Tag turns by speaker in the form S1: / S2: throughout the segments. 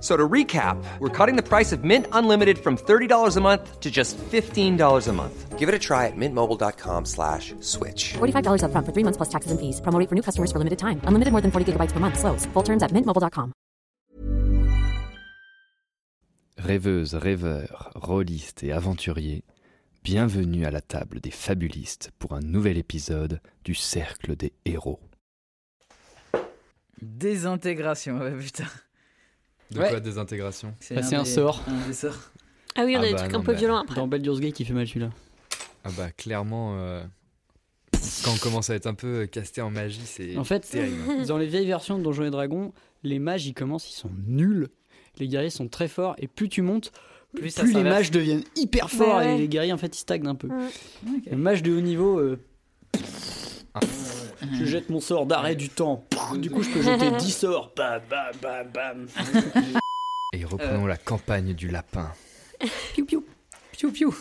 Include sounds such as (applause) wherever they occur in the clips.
S1: So to recap, we're cutting the price of Mint Unlimited from $30 a month to just $15 a month. Give it a try at mintmobile.com slash switch.
S2: $45 upfront for three months plus taxes and fees. Promo rate for new customers for limited time. Unlimited more than 40 gigabytes per month. Slows. Full terms at mintmobile.com.
S3: Rêveuses, rêveurs, rôlistes et aventuriers, bienvenue à la table des fabulistes pour un nouvel épisode du Cercle des Héros.
S4: Désintégration, ouais, putain.
S5: De
S4: Ouais.
S5: quoi désintégration
S6: Bah,
S7: Ah, c'est un
S4: des-
S7: sort.
S4: Un des sorts.
S8: Ah oui, on
S5: Ah
S8: a des
S5: bah
S8: trucs
S5: non,
S8: un peu
S5: mais-
S8: violents après.
S7: Dans Baldur's Gate, il fait mal celui-là.
S5: Ah bah clairement, euh, quand on commence à être un peu euh, casté en magie, c'est
S7: En fait,
S5: terrible.
S7: (laughs) dans les vieilles versions de Donjons et Dragons, les mages ils commencent, ils sont nuls. Les guerriers sont très forts et plus tu montes,
S4: Plus
S7: plus,
S4: ça
S7: les
S4: s'inverse.
S7: mages deviennent hyper forts
S8: Ouais, ouais.
S7: et les guerriers en fait ils stagnent un peu.
S8: Ouais.
S4: Ok.
S7: Les mages de haut niveau, euh, je
S4: Euh,
S7: jette mon sort d'arrêt du temps. Du coup, je peux
S8: (laughs)
S7: jeter 10 sorts. Bam, bam, bam, bam.
S5: Et reprenons
S3: Euh.
S5: la campagne du
S3: (laughs)
S5: lapin.
S7: Piou, piou.
S4: Piou piou.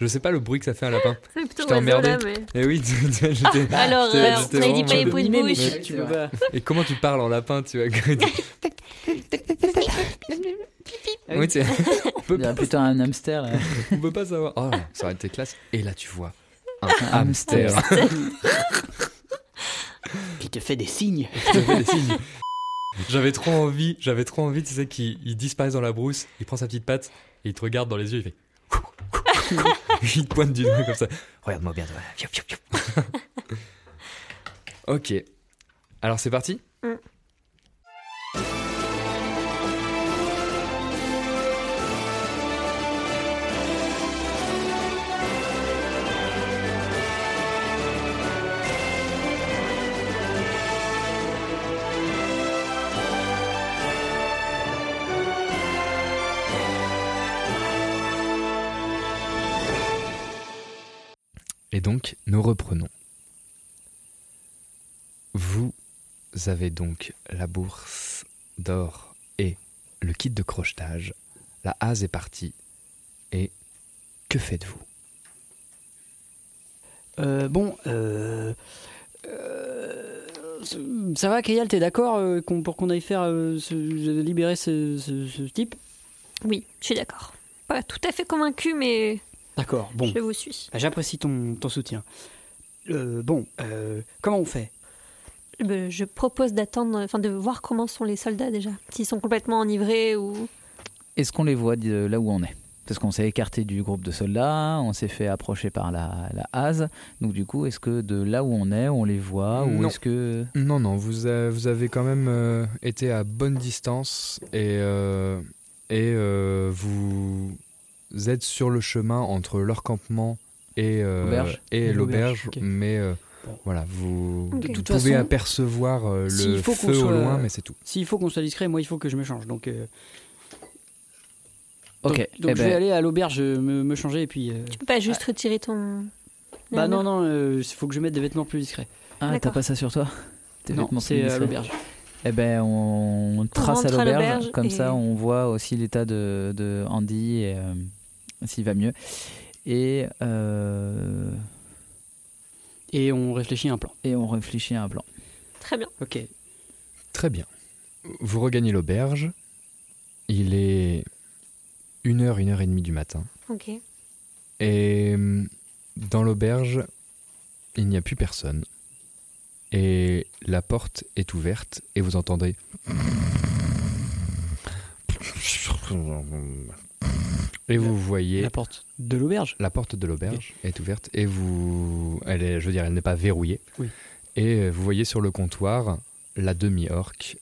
S5: Je sais pas le bruit que ça fait un
S3: (laughs)
S5: lapin.
S8: C'est plutôt
S5: Je t'ai
S8: oiseau, là,
S5: emmerdé. Bah,
S8: mais.
S5: Et oui, tu- tu- j'étais-
S8: Alors,
S5: j'étais-
S8: euh,
S5: j'étais
S8: on a dit
S5: vraiment-
S8: pas les
S7: Tu peux
S8: bruits de
S7: mimer, mais
S8: bouche.
S7: tu peux pas.
S5: Et comment tu parles en
S3: (laughs)
S5: lapin, tu vois quand tu- Oui, tu-
S4: Il y a plutôt un hamster. là.
S5: on peut pas savoir. Oh, ça aurait été classe. Et là, tu vois un hamster. (laughs)
S7: Qui te fait des signes.
S5: Ça fait des signes. J'avais trop envie, j'avais trop envie, tu sais, qu'il il disparaisse dans la brousse, il prend sa petite patte, et il te regarde dans les yeux, il fait. (laughs) il te pointe du doigt comme ça. Regarde-moi bien, voilà. Fiou, fiou, fiou. (laughs) ok. Alors c'est parti
S8: Mm.
S5: Et donc, nous reprenons. Vous avez donc la bourse d'or et le kit de crochetage. La hase est partie. Et que faites-vous
S7: Euh, bon, euh, euh, ça va, Kayal, t'es d'accord euh, qu'on- pour qu'on aille faire euh, ce- libérer ce, ce- ce type
S8: Oui, je suis d'accord. Pas tout à fait convaincu, mais
S7: D'accord, bon,
S8: je vous suis.
S7: Bah, j'apprécie ton, ton soutien. Euh, bon, euh, comment on fait
S8: Euh, Je propose d'attendre, enfin de voir comment sont les soldats déjà. S'ils sont complètement enivrés ou.
S6: (laughs) Est-ce qu'on les voit de là où on est Parce qu'on s'est écarté du groupe de soldats, on s'est fait approcher par la, la Haze. Donc du coup, est-ce que de là où on est, on les voit Ou
S5: Non.
S6: est-ce que...
S5: Non, non, vous, a- vous avez quand même euh, été à bonne distance et, euh, et euh, vous êtes sur le chemin entre leur campement et euh,
S6: L'auberge.
S5: et
S7: Et l'auberge,
S5: l'auberge,
S7: ok.
S5: mais euh,
S7: Bon.
S5: voilà, vous,
S8: De
S5: vous
S8: toute
S5: pouvez
S7: façon,
S5: apercevoir euh, le
S7: s'il faut qu'on
S5: feu au
S7: soit-
S5: loin, mais c'est tout.
S7: S'il faut qu'on soit discret, moi, il faut que je me change. Donc, euh,
S6: Ok,
S7: donc, donc
S6: eh
S7: je
S6: ben,
S7: vais aller à l'auberge euh, me, me changer et puis... euh,
S8: Tu peux pas juste retirer ton.
S7: bah non, non, il faut que je mette des vêtements plus discrets.
S6: Ah, t'as
S8: D'accord.
S6: pas ça sur toi Tes
S7: Non,
S6: vêtements
S7: c'est
S6: plus
S7: à
S6: discrets.
S7: l'auberge.
S6: Eh ben, on, trace à
S8: rentre à
S6: l'auberge.
S8: l'auberge
S6: Comme
S8: et-
S6: ça, on voit aussi l'état de, de Andy et euh, s'il va mieux. Et, euh,
S7: Et on réfléchit à un plan.
S6: et on réfléchit à un plan.
S8: Très bien.
S7: Ok.
S5: Très bien. Vous regagnez l'auberge. Il est 1h, 1h30 du matin.
S8: Ok.
S5: Et hum, dans l'auberge, il n'y a plus personne. Et la porte est ouverte et vous entendez. Et vous voyez. La
S7: porte de l'auberge
S5: La porte de l'auberge est ouverte et vous. Elle est, je veux dire, elle n'est pas verrouillée.
S7: Oui.
S5: Et euh, vous voyez sur le comptoir la demi-orque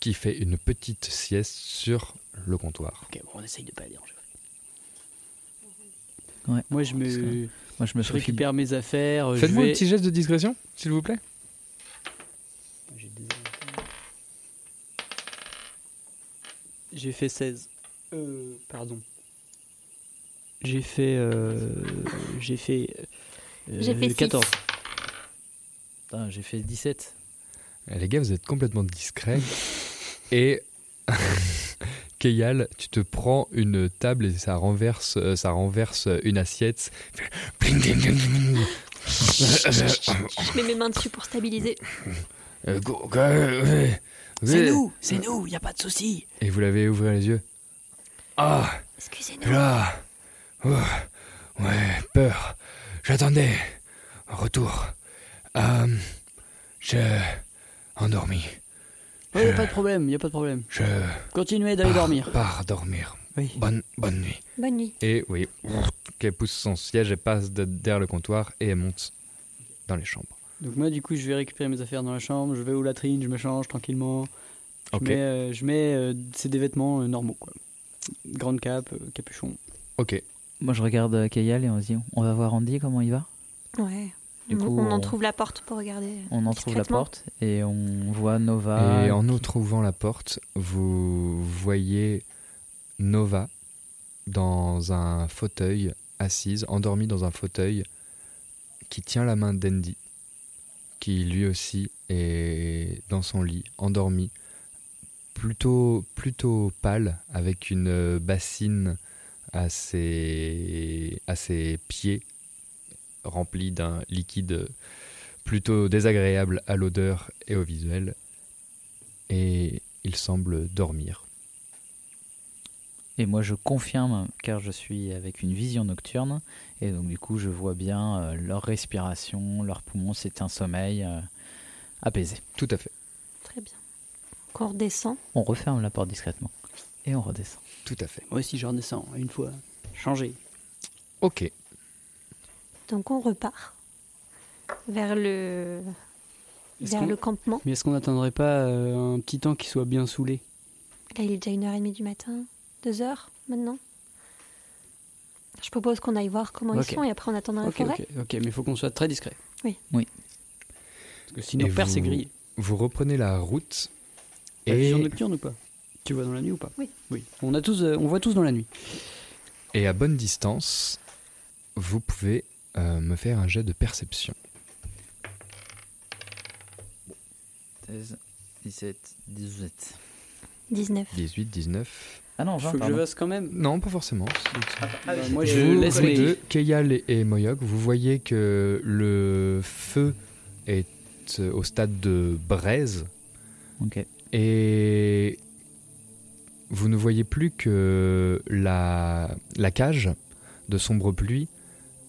S5: qui fait une petite sieste sur le comptoir.
S7: Ok, bon, on essaye de pas aller en jeu.
S6: Ouais.
S7: Moi, je
S6: Parce que
S7: me,
S6: moi, je me
S7: je
S6: faufile.
S7: récupère mes affaires. je
S5: Faites-moi
S7: vais-
S5: un petit geste de discrétion, s'il vous plaît.
S7: J'ai fait 16. Euh, pardon. J'ai fait. euh, J'ai fait. euh,
S8: J'ai fait six.
S7: 14.
S6: Putain, j'ai fait 17.
S5: Les gars, vous êtes complètement discrets. et (laughs) Keyal, tu te prends une table et ça renverse, euh, ça renverse une assiette.
S7: (laughs)
S8: Je mets mes mains dessus pour stabiliser.
S5: Euh, go- go- euh,
S7: C'est
S5: euh,
S7: nous, c'est nous, y a pas de souci.
S5: Et vous l'avez ouvert les yeux. Ah
S8: Excusez-nous.
S5: Là Ouh. Ouais, peur. J'attendais un retour. Euh, J'ai endormi.
S7: Ouais, y a pas de problème, y a pas de problème.
S5: Je
S7: Continuez d'aller dormir. (laughs)
S5: pars dormir. Bonne, bonne nuit.
S8: Bonne nuit.
S5: Et oui, qu'elle pousse son siège, elle passe de- derrière le comptoir et elle monte dans les chambres.
S7: Donc moi, du coup, je vais récupérer mes affaires dans la chambre, je vais aux latrines, je me change tranquillement. Je
S5: Ok.
S7: mets, euh, je mets euh, c'est des vêtements euh, normaux, quoi. Grande cape, euh, capuchon.
S5: Ok.
S6: Moi, je regarde euh, Kayal et on se dit on va voir Andy, comment il va
S8: Ouais.
S6: Du
S8: on,
S6: coup,
S8: on en
S6: on-
S8: trouve la porte pour regarder.
S6: On en trouve la
S8: Discrètement.
S6: porte et on voit Nova.
S5: Et en nous trouvant la porte, vous voyez Nova dans un fauteuil, assise, endormie dans un fauteuil, qui tient la main d'Andy, qui lui aussi est dans son lit, endormi, plutôt, plutôt pâle, avec une euh, bassine à ses, à ses pieds, remplie d'un liquide plutôt désagréable à l'odeur et au visuel et il semble dormir.
S6: Et moi, je confirme, car je suis avec une vision nocturne, et donc du coup, je vois bien euh, leur respiration, leurs poumons, c'est un sommeil euh, apaisé.
S5: Tout à fait.
S8: Très bien. Qu'on redescend.
S6: On referme la porte discrètement, et on redescend.
S5: Tout à fait.
S7: Moi aussi, je redescends, une fois. Changer.
S5: Ok.
S8: Donc on repart vers le
S7: Est-ce
S8: vers
S7: qu'on-
S8: le campement.
S7: Mais est-ce qu'on n'attendrait pas euh, un petit temps qui soit bien saoulé
S8: Là, il est déjà une heure et demie du matin, deux heures maintenant. Je propose qu'on aille voir comment
S7: Ok.
S8: ils sont et après on attend dans la
S7: Ok,
S8: forêt.
S7: ok, ok, mais il faut qu'on soit très discret.
S8: Oui.
S6: Oui.
S7: Parce que sinon,
S5: Et
S7: père, c'est
S5: vous-
S7: grillé.
S5: Vous reprenez la route
S7: La vision
S5: et,
S7: nocturne ou pas Tu vois dans la nuit ou pas
S8: Oui.
S7: On, a tous, euh, on voit tous dans la nuit.
S5: et à bonne distance, vous pouvez euh, me faire un jet de perception.
S6: 16, 17, 18.
S8: 19.
S5: 18, 19.
S6: Ah non, 20,
S7: faut que je
S6: pardon.
S7: vasse quand même.
S5: Non, pas forcément.
S7: Bah, moi, je
S5: vous,
S7: laisse
S5: vous
S7: les-
S5: deux, Keyal et, et Moyok, vous voyez que le feu est euh, au stade de braise
S6: Ok.
S5: et vous ne voyez plus que la, la cage de sombre pluie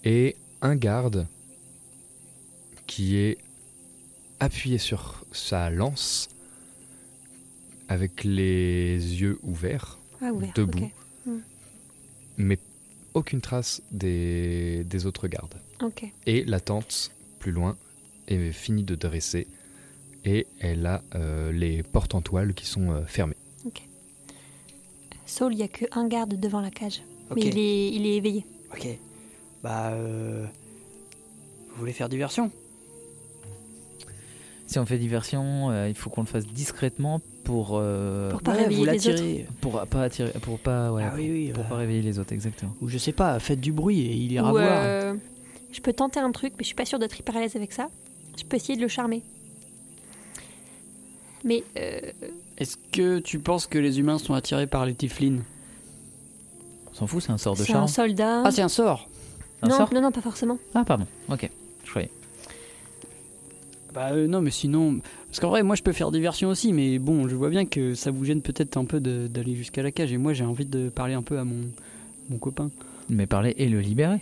S5: et un garde qui est appuyé sur sa lance avec les yeux ouverts,
S8: Ah, ouvert,
S5: debout,
S8: ok. Mm.
S5: mais aucune trace des, des autres gardes.
S8: Ok.
S5: Et la tente, plus loin, est finie de dresser. Et elle a euh, les portes en toile qui sont euh, fermées.
S8: Saul, il n'y a que un garde devant la cage.
S7: Ok.
S8: Mais il est, il est éveillé.
S7: Ok. Bah, euh, vous voulez faire diversion
S6: Si on fait diversion, euh, il faut qu'on le fasse discrètement pour euh,
S8: Pour pas
S7: Ouais,
S8: réveiller
S7: vous
S8: les autres.
S7: l'attirez.
S6: pour pas attirer, pour pas ouais,
S7: Ah oui, oui.
S6: pour
S7: bah,
S6: pas réveiller les autres exactement.
S7: Ou je sais pas, faites du bruit et il ira
S8: Ou,
S7: voir.
S8: euh, je peux tenter un truc, mais je suis pas sûre d'être hyper à l'aise avec ça. Je peux essayer de le charmer. Mais euh,
S7: Est-ce que tu penses que les humains sont attirés par les tiflines
S6: On s'en fout, c'est un sort de
S8: c'est
S6: charme.
S8: un soldat.
S7: Ah, c'est un sort
S6: Un
S8: non,
S6: sort
S8: non, non, pas forcément.
S6: Ah pardon. Ok. Je croyais.
S7: Bah euh, non, mais sinon. Parce qu'en vrai, moi je peux faire diversion aussi, mais bon, je vois bien que ça vous gêne peut-être un peu de- d'aller jusqu'à la cage. Et moi j'ai envie de parler un peu à mon, mon copain.
S6: Mais parler et le libérer.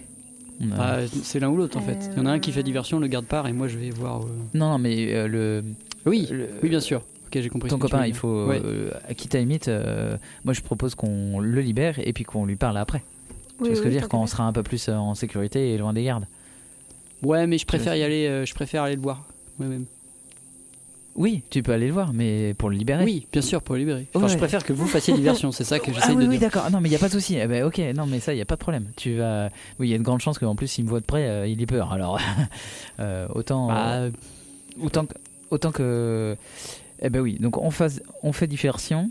S6: On a-
S7: Ah, c'est l'un ou l'autre en fait. Il y en a un qui fait diversion, le garde part, et moi je vais voir. euh,
S6: Non, non, mais euh, le.
S7: Oui, oui, bien sûr. Ok, j'ai compris.
S6: Ton
S7: ce que tu
S6: copain,
S7: voulais
S6: il
S7: dire.
S6: faut.
S7: Ouais.
S6: euh, quitte à limite, euh, moi je propose qu'on le libère et puis qu'on lui parle après. tu vois
S7: Oui,
S6: ce que je
S7: oui,
S6: veux
S7: tant
S6: dire Quand on sera un peu plus euh, en sécurité et loin des gardes.
S7: Ouais, mais je préfère y aller. euh, je préfère aller le voir moi-même.
S6: Oui, tu peux aller le voir, mais pour le libérer.
S7: Oui, bien sûr, pour le libérer. Enfin, je préfère que vous fassiez diversion, c'est ça que j'essaye
S6: ah, oui,
S7: de
S6: oui,
S7: dire.
S6: d'accord. Non, mais il n'y a pas de souci. Eh ben, ok, non, mais ça, il n'y a pas de problème. Tu vas. Oui, il y a une grande chance qu'en plus, s'il me voit de près, euh, il ait peur. Alors, (laughs) euh, autant.
S7: Bah,
S6: euh, autant, que- autant que. Eh ben oui, donc on, fasse, on fait diversion.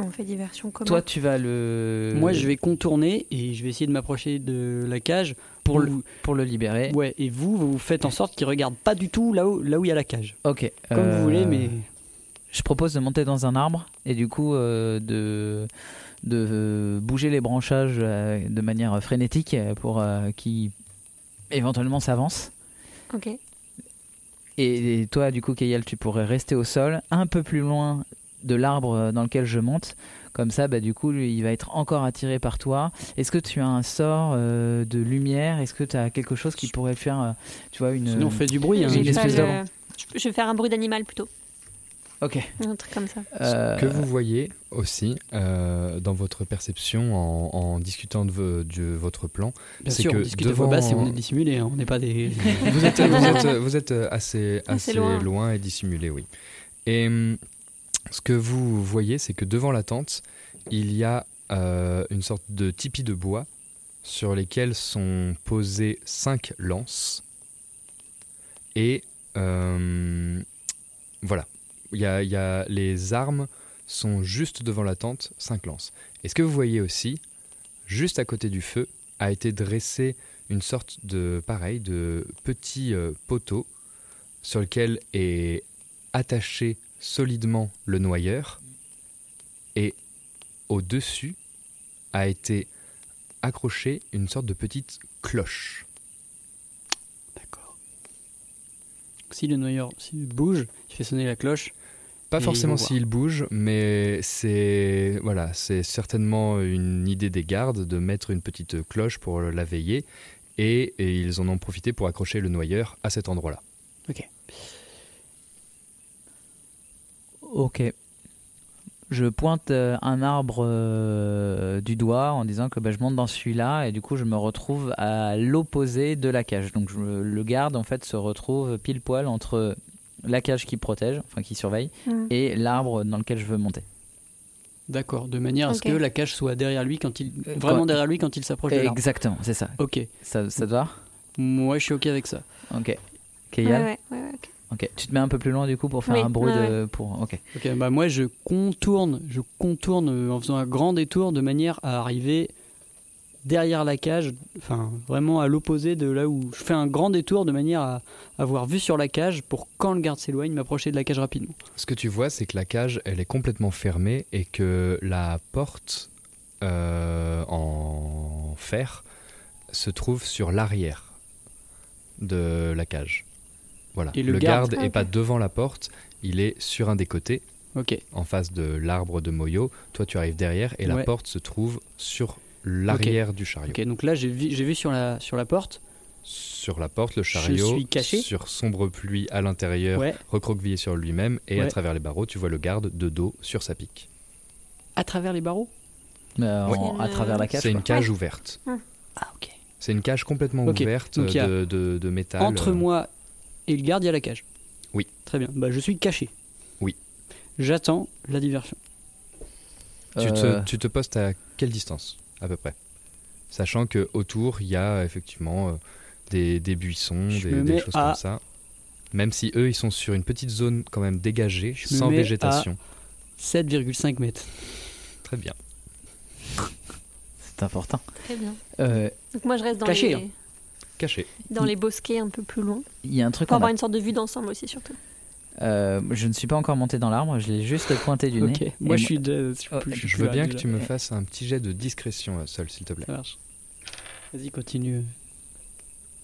S8: On fait diversion comment
S6: Toi, tu vas le.
S7: Moi, je vais contourner et je vais essayer de m'approcher de la cage
S6: Pour le- pour le libérer.
S7: Ouais, et vous, vous faites en sorte qu'il regarde pas du tout là-haut, là où il y a la cage.
S6: Ok. euh,
S7: Comme vous voulez, mais-
S6: Je propose de monter dans un arbre et du coup euh, de, de euh, bouger les branchages euh, de manière frénétique euh, pour euh, qu'il éventuellement s'avance.
S8: Ok.
S6: Et, et toi, du coup, Kayal, tu pourrais rester au sol, un peu plus loin de l'arbre euh, dans lequel je monte. Comme ça, bah, du coup, lui, il va être encore attiré par toi. Est-ce que tu as un sort euh, de lumière Est-ce que tu as quelque chose qui pourrait faire, euh, tu vois, une...
S7: Sinon, on fait du bruit, hein.
S6: une
S7: J'ai pas
S6: espèce
S7: le-
S6: d'avant-
S8: Je, je vais faire un bruit d'animal plutôt.
S6: Ok.
S8: Un truc comme ça.
S6: Euh,
S5: Ce que vous voyez aussi euh, dans votre perception en, en discutant de, vo- de votre plan,
S7: Bien
S5: c'est
S7: sûr,
S5: que
S7: on discute
S5: devant,
S7: à voix basse et on est dissimulé, hein, on n'est pas des.
S5: (laughs) vous êtes, vous êtes- vous êtes euh, assez,
S7: Assez
S5: assez
S7: loin.
S5: loin. et dissimulé, oui. Et hum, ce que vous voyez, c'est que devant la tente, il y a euh, une sorte de tipi de bois sur lesquels sont posées cinq lances. Et euh, voilà, il y a, il y a- les armes sont juste devant la tente, cinq lances. Et ce que vous voyez aussi, juste à côté du feu, a été dressé une sorte de, pareil, de petit euh, poteau sur lequel est attaché solidement le noyeur. Et au-dessus a été accrochée une sorte de petite cloche.
S7: Si le noyeur s'il bouge, il fait sonner la cloche.
S5: Pas
S7: et
S5: forcément
S7: ils vont
S5: s'il bouge, mais c'est voilà, c'est certainement une idée des gardes de mettre une petite cloche pour la veiller, et, et ils en ont profité pour accrocher le noyeur à cet endroit-là.
S6: Ok. Je pointe euh, un arbre euh, du doigt en disant que bah, je monte dans celui-là et du coup je me retrouve à l'opposé de la cage. Donc je- le garde en fait se retrouve pile poil entre la cage qui protège, enfin qui surveille,
S7: Mhm.
S8: Mm.
S6: et l'arbre dans lequel je veux monter.
S7: D'accord, de manière à ce
S6: Ok.
S7: que la cage soit derrière lui quand il.
S6: Euh,
S7: Vraiment
S6: quand-
S7: derrière lui quand il s'approche de l'arbre.
S6: Exactement, c'est ça.
S7: Ok.
S6: Ça, ça te va
S7: Moi, je suis ok avec ça.
S6: Ok. Kayal
S7: Ouais,
S8: ouais, ouais, ok.
S6: Ok. Tu te mets un peu plus loin du coup pour faire
S7: Oui,
S6: un bruit
S7: ouais,
S6: de. Pour... Ok.
S7: Ok, bah moi je contourne, je contourne euh, en faisant un grand détour de manière à arriver derrière la cage, enfin vraiment à l'opposé de là où je fais un grand détour de manière à avoir vu sur la cage pour quand le garde s'éloigne m'approcher de la cage rapidement.
S5: Ce que tu vois, c'est que la cage, elle est complètement fermée et que la porte euh, en fer se trouve sur l'arrière de la cage. Voilà.
S7: Et le
S5: le,
S7: garde-
S5: garde n'est
S7: Ah, ok.
S5: pas devant la porte, il est sur un des côtés,
S7: Ok.
S5: en face de l'arbre de Moyo. Toi, tu arrives derrière et
S7: Ouais.
S5: la porte se trouve sur l'arrière du chariot.
S7: Ok, donc là j'ai vu, j'ai vu sur la sur la porte.
S5: Sur la porte, le chariot,
S7: suis caché.
S5: sur sombre pluie à l'intérieur,
S7: Ouais.
S5: recroquevillé sur lui-même, et à
S7: Ouais.
S5: travers les barreaux, tu vois le garde de dos sur sa pique.
S7: À travers les barreaux.
S6: Euh,
S5: Oui.
S6: en- à travers la cage.
S5: C'est une
S6: quoi.
S5: cage ouverte.
S7: Ah,
S5: C'est une cage complètement
S7: Ok,
S5: ouverte
S7: donc il y a
S5: de, de- de métal.
S7: Entre moi et le garde il y a la cage.
S5: Oui.
S7: Très bien. Bah je suis caché.
S5: Oui.
S7: J'attends la diversion.
S5: Tu,
S7: Euh,
S5: te, tu te postes à quelle distance, à peu près Sachant que autour il y a effectivement euh, des, des buissons,
S7: Je
S5: des,
S7: me
S5: des
S7: mets
S5: choses
S7: à-
S5: comme ça. Même si eux, ils sont sur une petite zone quand même dégagée,
S7: Je me
S5: sans
S7: mets à
S5: végétation.
S7: 7,5 mètres.
S5: Très bien.
S6: C'est important.
S8: Très bien.
S6: Euh,
S8: Donc moi je reste dans
S6: Caché,
S8: les
S6: hein.
S5: Caché.
S8: dans les bosquets un peu plus loin.
S6: Il y a un truc
S8: Pour
S6: qu'on
S8: avoir
S6: a-
S8: une sorte de vue d'ensemble aussi surtout.
S6: Euh, je ne suis pas encore monté dans l'arbre, je l'ai juste pointé du
S7: Ok.
S6: nez.
S7: Moi
S6: Et
S7: je suis de. suis
S6: Oh,
S7: plus- suis
S5: Je
S7: plus
S5: veux
S7: à
S5: bien que
S7: deux,
S5: tu
S7: là.
S5: me fasses un petit jet de discrétion euh, seul, s'il te plaît.
S7: Ça marche. Vas-y, continue.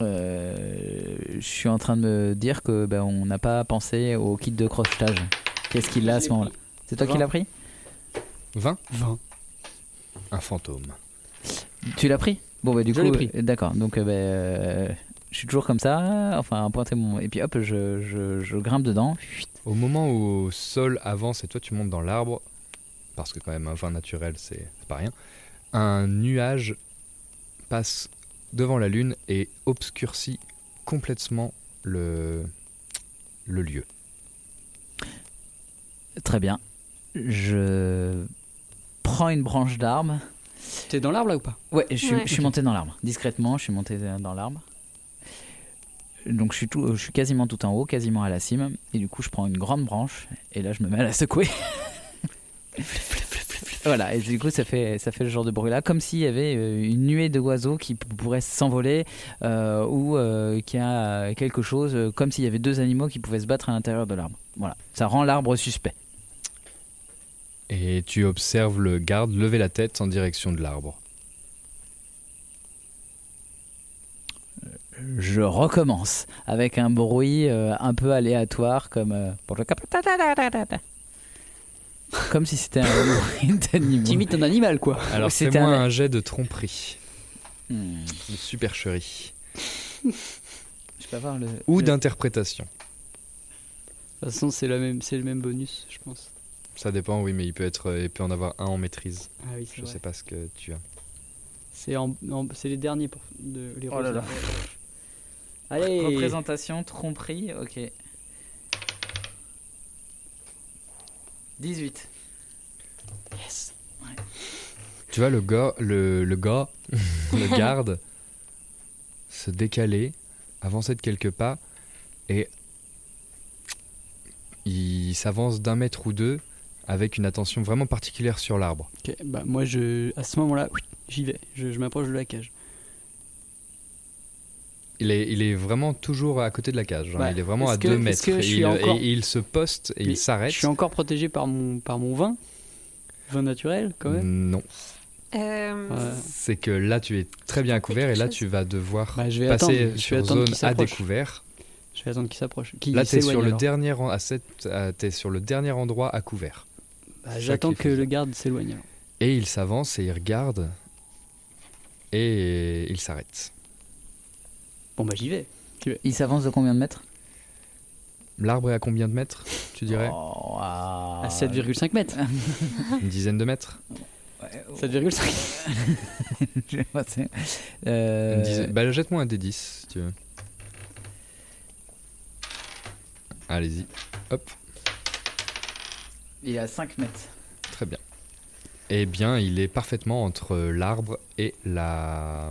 S6: euh, je suis en train de me dire que bah, on n'a pas pensé au kit de crochetage. Qu'est-ce qu'il a à ce moment-là C'est toi qui
S5: Vingt.
S6: l'as pris
S5: 20 20. Un fantôme.
S6: Tu l'as pris Bon, bah du
S5: Je
S6: coup,
S5: l'ai pris.
S6: euh, d'accord. Donc, euh, bah, euh, je suis toujours comme ça. Enfin, pointé mon. Et puis hop, je, je, je grimpe dedans.
S5: Au moment où Sol avance et toi tu montes dans l'arbre, parce que quand même un vin naturel c'est c'est pas rien, un nuage passe devant la lune et obscurcit complètement le, le lieu.
S6: Très bien. Je prends une branche d'arbre.
S7: T'es dans l'arbre là ou pas
S6: Ouais, je suis,
S7: Ouais.
S6: je suis
S7: Ok.
S6: monté dans l'arbre. Discrètement, je suis monté euh, dans l'arbre. Donc je suis, tout, euh, je suis quasiment tout en haut, quasiment à la cime. Et du coup, je prends une grande branche et là, je me mets à la secouer. (laughs) voilà, et du coup, ça fait, ça fait le genre de bruit-là, comme s'il y avait euh, une nuée de oiseaux qui p- pourrait s'envoler euh, ou euh, qu'il y a euh, quelque chose, euh, comme s'il y avait deux animaux qui pouvaient se battre à l'intérieur de l'arbre. Voilà, ça rend l'arbre suspect.
S5: Et tu observes le garde lever la tête en direction de l'arbre.
S6: Je recommence avec un bruit euh, un peu aléatoire comme euh, pour le cap- comme si c'était un
S5: (laughs)
S6: bruit d'animal.
S7: T'imites un animal quoi.
S5: Alors
S6: C'était
S5: fais-moi
S6: un-
S5: un jet de tromperie,
S6: Hmm.
S5: de supercherie
S6: Je peux avoir le
S5: ou
S6: le-
S5: d'interprétation.
S7: De toute façon, c'est la même- c'est le même bonus, je pense.
S5: Ça dépend, oui, mais il peut être, il peut en avoir un en maîtrise.
S7: Ah oui, c'est
S5: Je
S7: vrai.
S5: sais pas ce que tu as.
S7: C'est en, en- c'est les derniers pour de, les
S6: Oh là
S7: roses,
S6: là.
S7: Allez.
S6: représentation tromperie, OK. 18. Yes.
S5: Tu vois le gars, le, le gars, (laughs) le garde se décaler, avancer de quelques pas et il s'avance d'un mètre ou deux avec une attention vraiment particulière sur l'arbre.
S7: Ok, bah moi je à ce moment-là, oui, j'y vais. Je, je m'approche de la cage.
S5: Il est, il est vraiment toujours à côté de la cage. hein.
S7: Ouais.
S5: Il est vraiment à
S7: Est-ce que-
S5: deux
S7: est-ce
S5: mètres.
S7: que je
S5: Et
S7: suis
S5: il,
S7: encore-
S5: et il se poste et
S7: Mais
S5: il s'arrête.
S7: Je suis encore protégé par mon par mon vin, vin naturel quand même.
S5: Non.
S8: Euh, (laughs)
S5: C'est que là, tu es très bien à couvert et là, tu vas devoir
S7: Bah, je vais
S5: passer
S7: attendre, je vais
S5: sur
S7: attendre
S5: zone
S7: qu'il
S5: à
S7: s'approche.
S5: découvert.
S7: Je vais attendre qu'il s'approche. Qu'il
S5: là, t'es
S7: s'éloigne,
S5: sur, le
S7: alors.
S5: dernier, en- à cette- à- t'es sur le dernier endroit à couvert.
S7: Bah,
S5: C'est ça
S7: J'attends
S5: qui est
S7: que
S5: faisable.
S7: le garde s'éloigne. alors.
S5: Et il s'avance et il regarde. Et il s'arrête.
S7: Bon bah j'y vais.
S6: Il s'avance de combien de mètres
S5: L'arbre est à combien de mètres, tu dirais
S6: Oh. À
S7: À 7,5 mètres.
S5: Une dizaine de mètres
S7: Oh. 7,5.
S6: (laughs) Je sais pas, c'est-
S5: Une
S6: euh,
S5: dizaine- Bah, jette-moi un D10, si tu veux. Allez-y. Hop,
S6: Il est à 5 mètres.
S5: très bien. Eh bien, il est parfaitement entre l'arbre et la...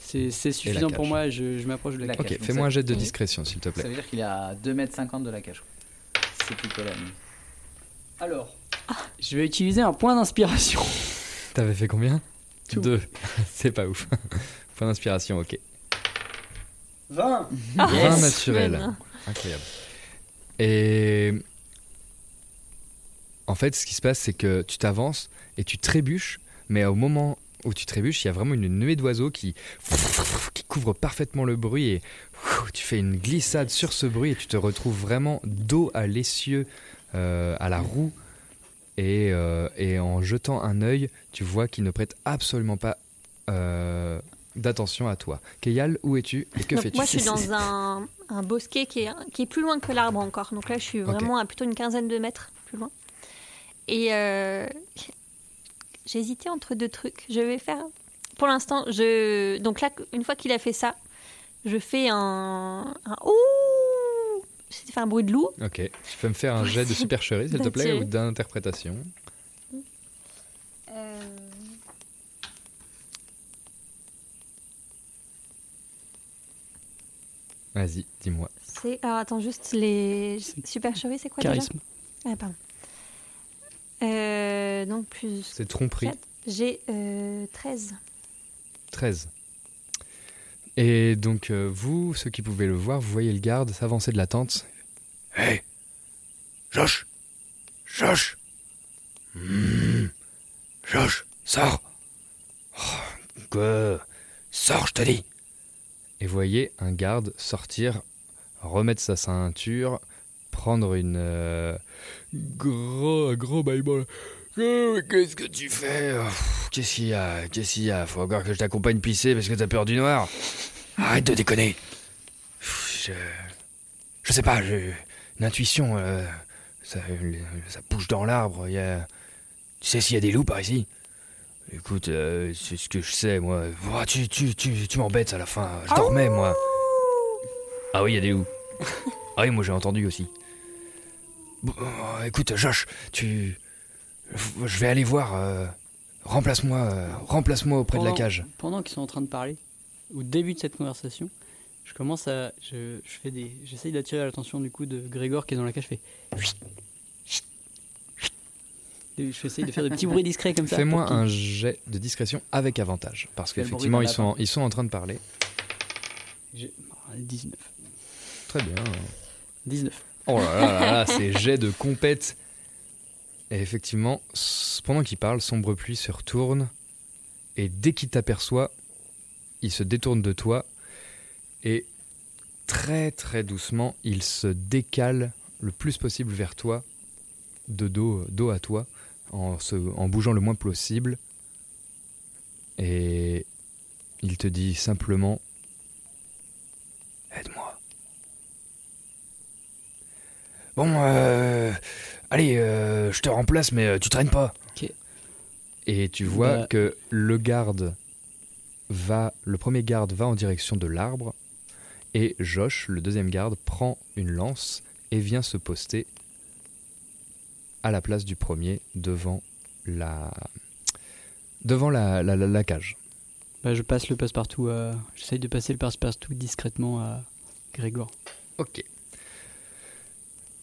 S7: C'est c'est suffisant
S5: cage.
S7: pour moi. Je, je m'approche de la,
S6: La
S7: cage.
S5: Ok,
S6: cage, donc
S5: fais-moi
S6: ça-
S5: un jet de discrétion, s'il te plaît.
S6: Ça veut dire qu'il est à 2 mètres 50 de la cage. C'est plutôt la même.
S7: Alors, je vais utiliser un point d'inspiration.
S5: T'avais fait combien Deux. (laughs) C'est pas ouf. Point d'inspiration, ok. Vin
S7: 20.
S8: Ah,
S5: naturel.
S7: Même.
S5: Incroyable. Et en fait, ce qui se passe, c'est que tu t'avances et tu trébuches, mais au moment où tu trébuches, il y a vraiment une nuée d'oiseaux qui, qui couvre parfaitement le bruit et tu fais une glissade sur ce bruit et tu te retrouves vraiment dos à l'essieu, euh, à la roue. Et, euh, et en jetant un œil, tu vois qu'il ne prête absolument pas euh, d'attention à toi. Keyal, où es-tu et que
S8: donc
S5: fais-tu
S8: moi, je suis dans un, un bosquet qui est, qui est plus loin que l'arbre encore. Donc là, je suis
S5: Ok.
S8: vraiment à plutôt une quinzaine de mètres plus loin. Et euh, j'hésitais entre deux trucs. Je vais faire. Pour l'instant, je. Donc là, une fois qu'il a fait ça, je fais un. un ouh J'ai fait un bruit de loup.
S5: Ok, tu peux me faire un jet de supercherie, s'il te plaît,
S8: Mathieu.
S5: ou d'interprétation. Vas-y, dis-moi.
S8: C'est. Alors attends, juste les. Supercherie, c'est quoi
S5: Charisme.
S8: déjà Ah, pardon. Euh, donc plus.
S5: C'est tromperie.
S8: quatre. J'ai euh, 13.
S5: 13. Et donc, euh, vous, ceux qui pouvez le voir, vous voyez le garde s'avancer de la tente. Hey Josh Josh Hmm. Josh, sors Oh, Quoi Sors, je te dis et voyez un garde sortir, remettre sa ceinture, prendre une euh, gros gros ball Oh, Qu'est-ce que tu fais Pff, Qu'est-ce qu'il y a Qu'est-ce qu'il y a Faut encore que je t'accompagne pisser parce que t'as peur du noir. Arrête de déconner. Pff, Je, je sais pas, j'ai une intuition. euh, ça, ça bouge dans l'arbre. il Y a, tu sais s'il y a des loups par ici Écoute, euh, c'est ce que je sais, moi. Oh, tu tu, tu, tu m'embêtes à la fin. Je dormais, moi. Ah oui, il y a (laughs) des loups. ah oui, moi j'ai entendu aussi. Bon, euh, écoute, Josh, tu. Je vais aller voir. euh, remplace-moi euh, remplace-moi auprès de la
S7: Pendant-
S5: cage.
S7: Pendant qu'ils sont en train de parler, au début de cette conversation, je commence à. Je, je fais des. J'essaye d'attirer l'attention du coup de Grégor qui est dans la cage. Je fais. Chut, chut, chut. Et Je essaye de faire des petits bruits discrets comme ça.
S5: Fais-moi
S7: Bah, pour
S5: un
S7: qu'ils-
S5: jet de discrétion avec avantage. Parce
S7: Quel bruit
S5: qu'effectivement,
S7: d'un
S5: ils sont, en-
S7: lapin.
S5: ils sont en train de parler.
S7: J'ai- ah, 19.
S5: Très bien.
S7: 19.
S5: Oh là là
S7: (laughs)
S5: là, là, ces jets de compète. Et effectivement, s- pendant qu'il parle, Sombre Pluie se retourne. Et dès qu'il t'aperçoit, il se détourne de toi. Et très très doucement, il se décale le plus possible vers toi, de dos, dos à toi, en, se, en bougeant le moins possible. Et il te dit simplement Aide-moi. Bon, euh, allez, euh, je te remplace, mais euh, tu traînes pas.
S7: Ok.
S5: Et tu vois
S7: Bah-
S5: que le garde va, le premier garde va en direction de l'arbre, et Josh, le deuxième garde, prend une lance et vient se poster à la place du premier devant la, devant la, la, la- la cage.
S7: Bah, je passe le passe-partout à. J'essaye de passer le passe-partout discrètement à Grégor.
S5: Ok.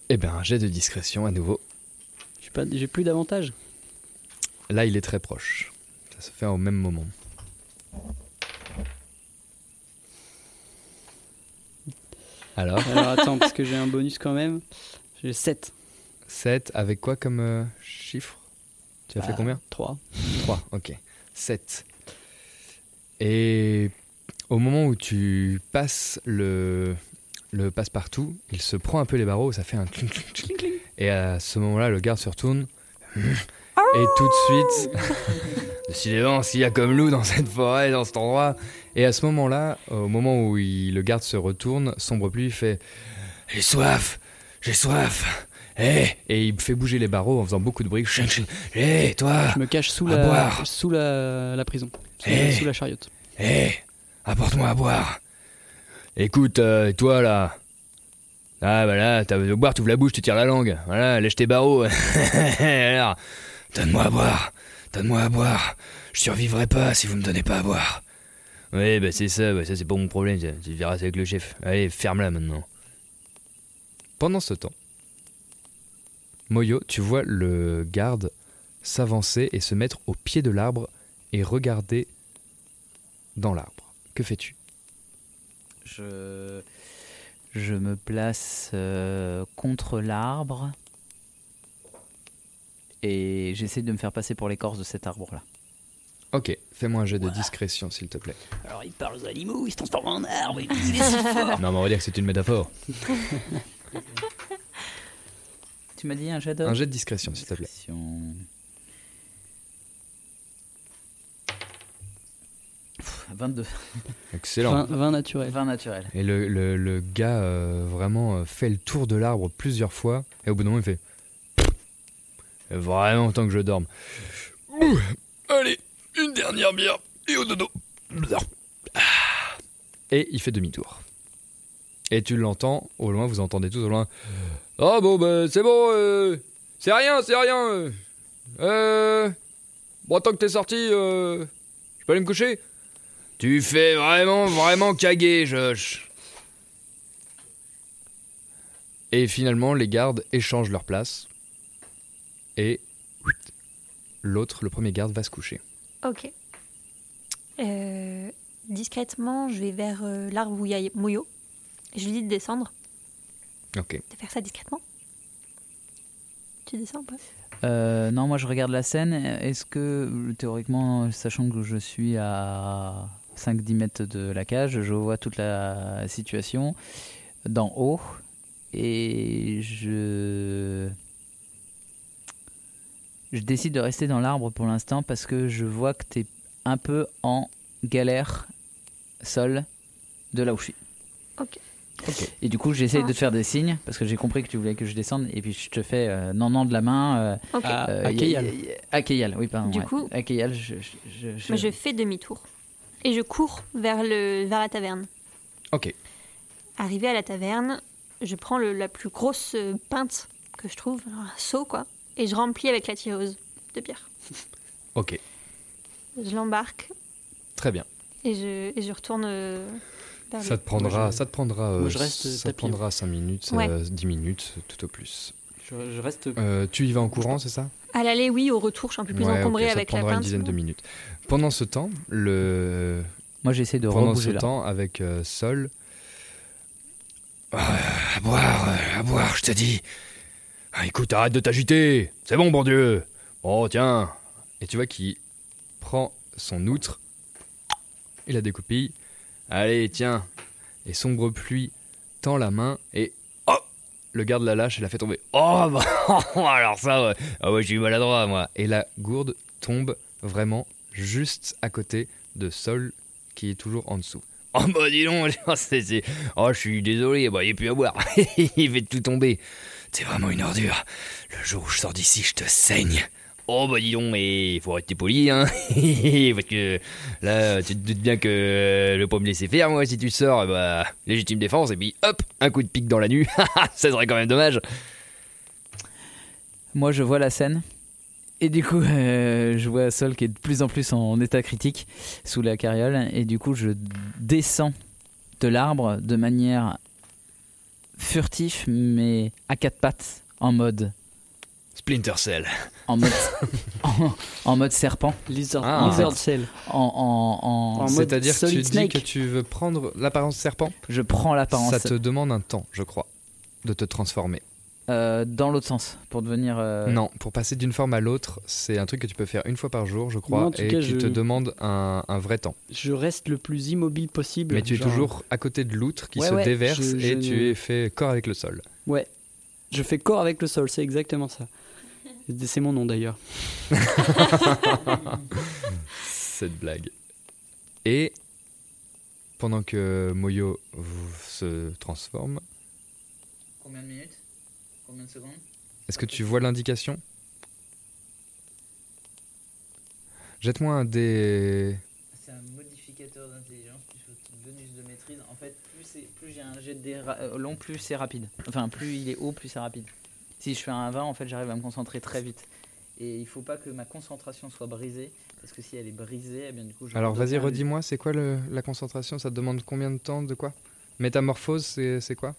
S5: Eh bien, un jet de discrétion à nouveau.
S7: J'ai pas- J'ai plus d'avantage.
S5: Là, il est très proche. Ça se fait au même moment.
S7: 4.
S5: Alors,
S7: Alors attends, parce que j'ai un bonus quand même. J'ai 7.
S5: 7 avec quoi comme euh, chiffre Tu as fait
S7: Bah,
S5: combien
S7: 3.
S5: 3, ok. 7. Et au moment où tu passes le, le passe-partout, il se prend un peu les barreaux, ça fait un clink, clink, clink. Et à ce moment-là, le garde se retourne. Et tout de suite, (laughs) décidément, s'il y a comme loup dans cette forêt, dans cet endroit. Et à ce moment-là, au moment où il- le garde se retourne, Sombre Pluie fait J'ai soif J'ai soif Hé Et il fait bouger les barreaux en faisant beaucoup de bruit. Chink, chink. Hé, toi
S7: Je me cache sous
S5: à
S7: la
S5: boire.
S7: sous la, la prison, sous, la-
S5: Eh.
S7: sous la chariote.
S5: Hé, Eh, apporte-moi à boire. Écoute, euh, toi là. Ah bah là, t'as besoin de boire, t'ouvres la bouche, tu tires la langue. Voilà, lèche tes barreaux. (laughs) Alors, donne-moi à boire. Donne-moi à boire. Je survivrai pas si vous me donnez pas à boire. Ouais, bah c'est ça, bah ça c'est pas mon problème, ça. tu verras ça avec le chef. Allez, ferme-la maintenant. Pendant ce temps, Moyo, tu vois le garde s'avancer et se mettre au pied de l'arbre et regarder dans l'arbre. Que fais-tu
S6: Je, je me place euh, contre l'arbre et j'essaie de me faire passer pour l'écorce de cet arbre-là.
S5: Ok, fais-moi un jet de discrétion, s'il te plaît.
S7: Alors il parle aux animaux, il se transforme en arbre, il
S6: (laughs)
S7: est si fort.
S5: Non, mais on va dire que c'est une métaphore.
S6: Tu m'as dit un jet de...
S5: Un jet de discrétion, s'il te plaît.
S6: Pff, 22.
S5: Excellent.
S7: 20, 20 naturels.
S6: 20 naturel.
S5: Et le, le- le gars euh, vraiment euh, fait le tour de l'arbre plusieurs fois, et au bout d'un moment, il fait. Vraiment, tant que je dorme. Ouh, allez, une dernière bière, et au dodo. Blar. Ah. Et il fait demi-tour. Et tu l'entends, au loin, vous entendez tous au loin. Ah bon, bah, c'est bon, euh, c'est rien, c'est rien. euh. Euh, Bon, tant que t'es sorti, euh, je peux aller me coucher Tu fais vraiment, vraiment caguer, Josh. Et finalement, les gardes échangent leur place. Et l'autre, le premier garde, va se coucher.
S8: Ok. Euh, discrètement, je vais vers euh, l'arbre où il y a Moyo. Je lui dis de descendre,
S5: Ok.
S8: de faire ça discrètement. Tu descends ou pas
S6: Euh, non, moi je regarde la scène. Est-ce que, théoriquement, sachant que je suis à 5-10 mètres de la cage, je vois toute la situation d'en haut et je je décide de rester dans l'arbre pour l'instant parce que je vois que t'es un peu en galère seul de là où je suis.
S8: Ok.
S6: Et du coup, j'essaye
S8: Ah.
S6: de te faire des signes parce que j'ai compris que tu voulais que je descende et puis je te fais euh, non non de la main. euh,
S8: Ok. À-
S6: euh,
S7: Ah, à
S6: y- y-
S7: Keyal.
S6: y- À Keyal, oui pardon.
S8: Du
S6: ouais.
S8: coup-
S6: à Keyal, je, je- je- je-
S8: Moi, je fais demi-tour. Et je cours vers, le, vers la taverne.
S5: Ok.
S8: Arrivé à la taverne, je prends le- la plus grosse euh, pinte que je trouve, un seau quoi, et je remplis avec la tireuse de bière.
S5: Ok,
S8: Je l'embarque
S5: très bien.
S8: et je, et je retourne euh, vers
S5: Ça
S8: le-
S5: te prendra,
S7: Moi, je-
S5: ça te prendra,
S7: Moi,
S5: euh,
S7: je reste
S5: ça te
S7: tapis, hein. ouais.
S5: prendra 5 minutes,
S8: Ouais.
S5: euh, 10 minutes, tout au plus.
S7: Je, je reste.
S5: Euh, tu y vas en courant, c'est ça
S8: À l'aller, oui, au retour, je suis un peu plus
S5: Ouais, ok,
S8: encombrée avec
S5: ça te
S8: la
S5: prendra
S8: pinte.
S5: une dizaine de minutes. Pendant ce temps, le
S6: Moi, j'essaie de
S5: pendant
S6: rebouger
S5: ce
S6: là.
S5: temps avec euh, Sol. Ah, à boire, euh, à boire, je te dis. Ah, écoute, arrête de t'agiter. C'est bon, bon Dieu. Oh, tiens. Et tu vois qu'il prend son outre et la découpille. Allez, tiens. Et Sombre Pluie tend la main et. Oh Le garde la lâche et la fait tomber. Oh, (laughs) bah, alors ça, ouais. Ah ouais, je suis maladroit, moi. Et la gourde tombe vraiment juste à côté de Sol qui est toujours en dessous. (laughs) Oh bah dis donc, (laughs) c'est- c'est- oh, je suis désolé, bah, il n'y a plus à boire, (laughs) il fait tout tomber. C'est vraiment une ordure. Le jour où je sors d'ici, je te saigne. Oh bah dis donc, mais il faut rester poli, hein. (laughs) Parce que là, tu te doutes bien que je vais pas me laisser faire, moi, si tu sors, eh bah, légitime défense, et puis hop, un coup de pique dans la nuit. (laughs) ça serait quand même dommage.
S6: Moi, je vois la scène. Et du coup, (laughs) euh, je vois Sol qui est de plus en plus en état critique sous la carriole. Et du coup, je descends de l'arbre de manière furtif, mais à quatre pattes, en mode,
S5: Splinter Cell.
S6: en mode, (laughs) en, en mode serpent.
S7: Lizard,
S5: Ah, en
S7: Lizard
S6: fait.
S7: Cell.
S6: En, en- en-
S7: En mode
S5: C'est-à-dire que tu
S7: Solid
S5: dis
S7: Snake.
S5: que tu veux prendre l'apparence serpent
S6: je prends
S5: Ça
S6: l'apparence
S5: te demande un temps, je crois, de te transformer.
S6: euh, dans l'autre sens pour devenir. euh,
S5: Non, pour passer d'une forme à l'autre, c'est un truc que tu peux faire une fois par jour, je crois,
S7: Moi, en tout
S5: et
S7: cas,
S5: qui
S7: je-
S5: te demande un, un vrai temps.
S7: Je reste le plus immobile possible.
S5: Mais tu es
S7: Genre,
S5: toujours à côté de l'outre qui
S7: Ouais,
S5: se
S7: ouais,
S5: déverse
S7: je-
S5: et
S7: je
S5: tu
S7: ne-
S5: es fait corps avec le sol.
S7: Ouais. Je fais corps avec le sol, c'est exactement ça. C'est mon nom d'ailleurs.
S5: Cette blague. Et pendant que Moyo vous- se transforme,
S6: Combien de minutes Combien de secondes
S5: est-ce que tu vois l'indication Jette-moi un des...
S6: C'est un modificateur d'intelligence plus bonus de maîtrise. En fait, plus, c'est- plus j'ai un jet de dé ra- euh, long, plus c'est rapide. Enfin, plus il est haut, plus c'est rapide. Si je fais un 20, en fait, j'arrive à me concentrer très vite. Et il faut pas que ma concentration soit brisée, parce que si elle est brisée, eh bien du coup. Je
S5: Alors vas-y,
S6: redeviens-
S5: redis-moi, c'est quoi le- la concentration Ça te demande combien de temps De quoi Métamorphose, c'est c'est quoi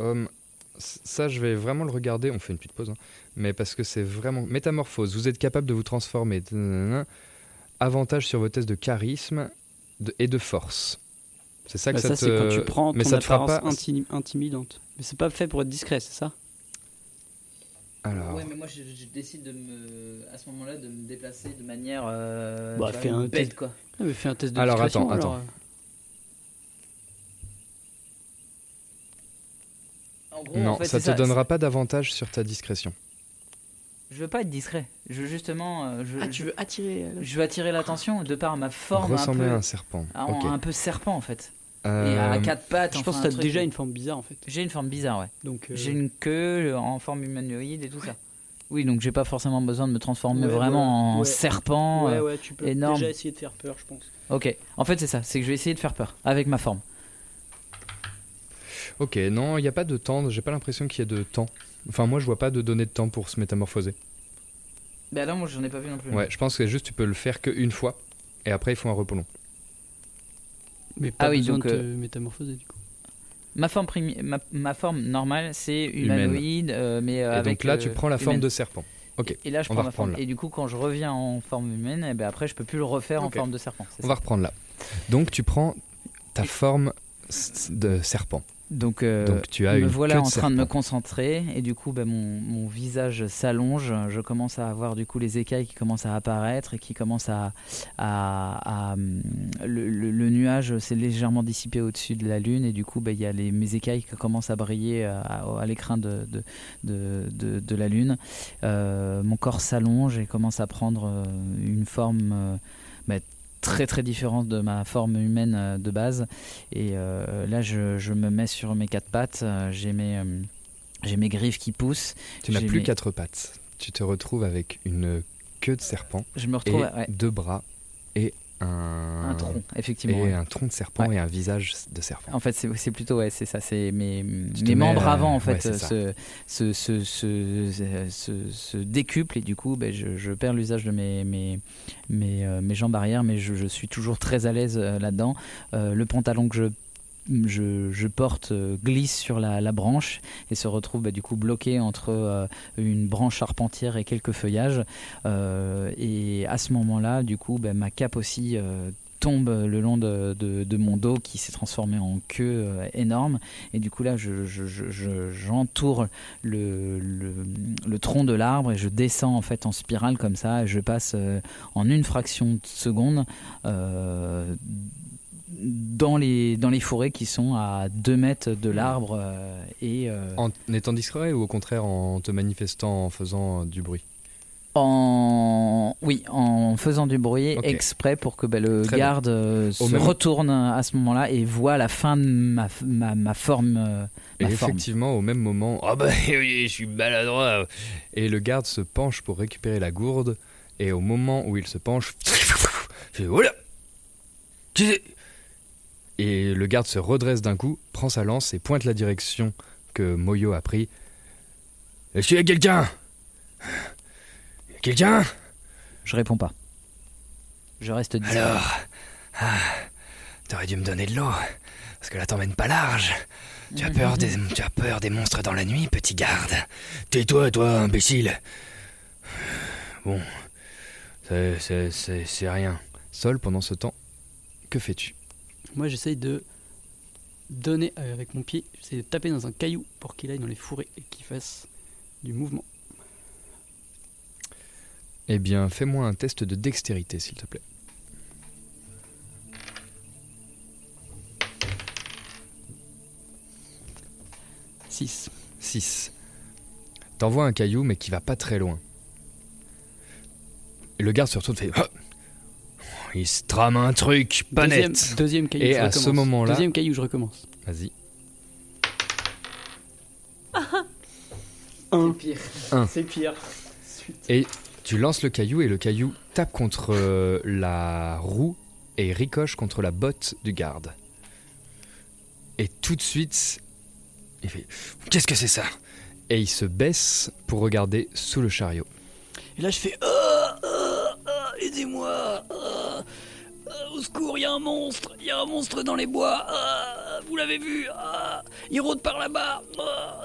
S5: Homme, c- ça je vais vraiment le regarder, on fait une petite pause, hein. mais parce que c'est vraiment... Métamorphose, vous êtes capable de vous transformer. Tadadadada. Avantage sur vos tests de charisme de- et de force. C'est ça que
S7: Bah,
S5: ça,
S7: ça,
S5: te...
S7: c'est quand tu prends
S5: mais
S7: ton
S5: ça te fera
S7: apparence
S5: pas...
S7: inti- intimidante. Mais c'est pas fait pour être discret, c'est ça
S5: Alors,
S6: Ouais, mais moi je, je décide de me, à ce moment-là, de me déplacer de manière euh,
S7: Bah,
S6: tu vois,
S7: fais un
S6: bête,
S7: test.
S6: quoi.
S7: Ah, mais fais un test de
S5: Alors,
S7: discrétion,
S5: attends,
S7: alors. euh.
S6: En gros,
S5: non,
S6: en fait,
S5: ça
S6: c'est
S5: te donnera pas d'avantage sur ta discrétion.
S6: Je veux pas être discret. Je veux justement, euh, je,
S9: Ah, tu
S6: je-
S9: veux attirer. euh,
S6: je veux attirer l'attention de par ma forme un
S5: Ressembler
S6: peu,
S5: à un serpent.
S6: à-
S5: ok.
S6: un peu serpent en fait. Et
S5: Euh,
S6: à quatre pattes.
S7: Je
S6: enfin,
S7: pense
S6: un
S7: que t'as
S6: truc.
S7: déjà une forme bizarre en fait.
S6: J'ai une forme bizarre, ouais.
S7: Donc, euh,
S6: J'ai une queue en forme humanoïde et tout ça. Oui, donc j'ai pas forcément besoin de me transformer
S7: Ouais,
S6: vraiment
S7: voilà.
S6: en
S7: Ouais.
S6: serpent.
S7: ouais,
S6: euh,
S7: ouais, tu peux
S6: énorme.
S7: déjà essayer de faire peur, je pense.
S6: Ok. En fait, c'est ça. C'est que je vais essayer de faire peur avec ma forme.
S5: Ok, non, il n'y a pas de temps, j'ai pas l'impression qu'il y ait de temps. Enfin, moi, je vois pas de données de temps pour se métamorphoser.
S6: Bah là, moi, j'en ai pas vu non plus.
S5: Ouais, je pense que juste tu peux le faire qu'une fois, et après, il faut un repos long.
S7: Mais pas
S6: Ah oui,
S7: besoin
S6: donc,
S7: de te
S6: euh,
S7: métamorphoser du coup.
S6: Ma forme primi- ma, ma forme normale, c'est
S5: Humaine.
S6: humanoïde, euh, mais euh,
S5: et
S6: avec.
S5: donc là,
S6: euh,
S5: tu prends la forme
S6: humaine.
S5: de serpent. Ok,
S6: Et là, je
S5: on
S6: prends
S5: va
S6: ma forme.
S5: reprendre là.
S6: Et du coup, quand je reviens en forme humaine, eh ben après, je peux plus le refaire
S5: Ok.
S6: en forme de serpent. c'est
S5: on
S6: ça
S5: va reprendre là. Donc, tu prends ta forme s- de serpent.
S6: Donc, euh,
S5: Donc tu as
S6: me
S5: une
S6: voilà
S5: queue
S6: en
S5: de
S6: train de me
S5: serpent.
S6: concentrer et du coup bah, mon, mon visage s'allonge, je commence à avoir du coup les écailles qui commencent à apparaître et qui commencent à... à- à, hum, le, le- le nuage s'est légèrement dissipé au-dessus de la lune et du coup bah, il y a les, mes écailles qui commencent à briller euh, à, à- à l'écran de, de, de, de- de la lune. Euh, mon corps s'allonge et commence à prendre euh, une forme... euh, bah, très très différente de ma forme humaine euh, de base. Et euh, là, je, je me mets sur mes quatre pattes, euh, j'ai mes, euh, j'ai mes griffes qui poussent.
S5: Tu n'as
S6: j'ai
S5: plus
S6: mes-
S5: quatre pattes. Tu te retrouves avec une queue de serpent.
S6: Je me retrouve,
S5: et
S6: ouais.
S5: deux bras et un,
S6: Un tronc, effectivement,
S5: Et
S6: ouais.
S5: un tronc de serpent et un visage de serpent.
S6: En fait, c'est c'est plutôt, ouais, c'est ça, c'est mes,
S5: te mets,
S6: mes membres
S5: euh,
S6: avant, en
S5: ouais,
S6: fait,
S5: c'est ça.
S6: se, se, se, se- se- se- se décuplent et du coup, ben, je, je perds l'usage de mes, mes, mes, euh, mes jambes arrière, mais je, je suis toujours très à l'aise euh, là-dedans. Euh, le pantalon que je je, je porte euh, glisse sur la, la branche et se retrouve bah, du coup bloqué entre euh, une branche charpentière et quelques feuillages. Euh, et à ce moment-là, du coup, bah, ma cape aussi euh, tombe le long de, de- de mon dos qui s'est transformé en queue euh, énorme. Et du coup, là, je- je- je- je- j'entoure le, le, le tronc de l'arbre et je descends en fait en spirale comme ça. Et je passe euh, en une fraction de seconde. euh, dans les, dans les forêts qui sont à 2 mètres de l'arbre euh, et euh,
S5: En étant discret ou au contraire en te manifestant, en faisant euh, du bruit
S6: en oui en faisant du bruit
S5: Ok.
S6: exprès pour que bah, le
S5: Très bien.
S6: garde euh, se
S5: Au même-
S6: retourne à ce moment-là et voit la fin de ma, ma, ma forme euh,
S5: Et
S6: ma forme.
S5: effectivement, au même moment, ah bah (laughs) oui, je suis maladroit. Et le garde se penche pour récupérer la gourde. Et au moment où il se penche, (laughs) il fait, Oula Tu sais- Et le garde se redresse d'un coup, prend sa lance et pointe la direction que Moyo a pris. Est-ce qu'il y a quelqu'un Quelqu'un
S6: Je réponds pas. Je reste discret.
S5: Alors, ah, t'aurais dû me donner de l'eau, parce que là t'emmènes pas large. Tu as peur des, tu as peur des monstres dans la nuit, petit garde. Tais-toi, toi, imbécile. Bon, c'est- c'est c'est- c'est rien. Sol, pendant ce temps, que fais-tu
S7: Moi, j'essaye de donner euh, avec mon pied, j'essaye de taper dans un caillou pour qu'il aille dans les fourrés et qu'il fasse du mouvement.
S5: Eh bien, fais-moi un test de dextérité, s'il te plaît.
S7: Six.
S5: 6. T'envoies un caillou, mais qui va pas très loin. Et le garde se retourne fait. Ah Il se trame un truc, pas
S7: deuxième,
S5: net.
S7: Deuxième caillou.
S5: Et
S7: je
S5: à ce
S7: recommence.
S5: moment-là.
S7: Deuxième caillou, je recommence.
S5: Vas-y.
S7: Un. pire.
S5: Un.
S7: C'est pire.
S5: Et tu lances le caillou et le caillou tape contre euh, la roue et ricoche contre la botte du garde. Et tout de suite, il fait Qu'est-ce que c'est ça Et il se baisse pour regarder sous le chariot.
S7: Et là, je fais Ah, ah, ah, Aidez-moi ah, ah, Au secours, il y a un monstre Il y a un monstre dans les bois Ah, Vous l'avez vu Ah, Il rôde par là-bas Ah,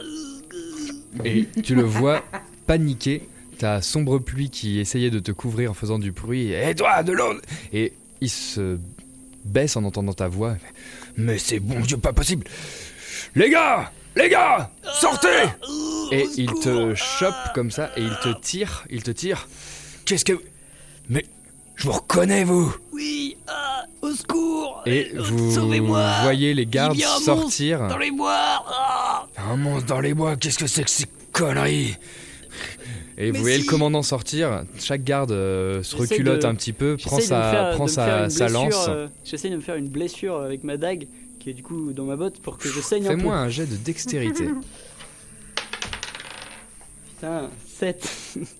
S5: Et tu le vois paniquer. Ta sombre pluie qui essayait de te couvrir en faisant du bruit. Et Eh, toi, de l'eau Et il se baisse en entendant ta voix. Mais c'est bon Dieu, pas possible Les gars Les gars Sortez Et il te chope comme ça et il te tire, il te tire. Qu'est-ce que. Mais je vous reconnais, vous
S7: Oui ah, Au secours
S5: Et vous
S7: Sauvez-moi
S5: voyez les gardes
S7: Il y a un monstre
S5: sortir.
S7: Dans les bois Ah,
S5: Un monstre dans les bois, qu'est-ce que c'est que ces conneries Et vous voyez le commandant sortir, chaque garde euh, se
S7: J'essaie
S5: reculote
S7: de-
S5: un petit peu, prend
S7: j'essaie de me
S5: sa,
S7: faire-
S5: prend
S7: de me faire
S5: sa,
S7: une
S5: sa
S7: blessure,
S5: lance.
S7: euh, J'essaie de me faire une blessure avec ma dague qui est du coup dans ma botte pour que je saigne un peu.
S5: Fais-moi un jet de
S7: (laughs)
S5: dextérité.
S7: Putain,
S9: (laughs)
S7: 7.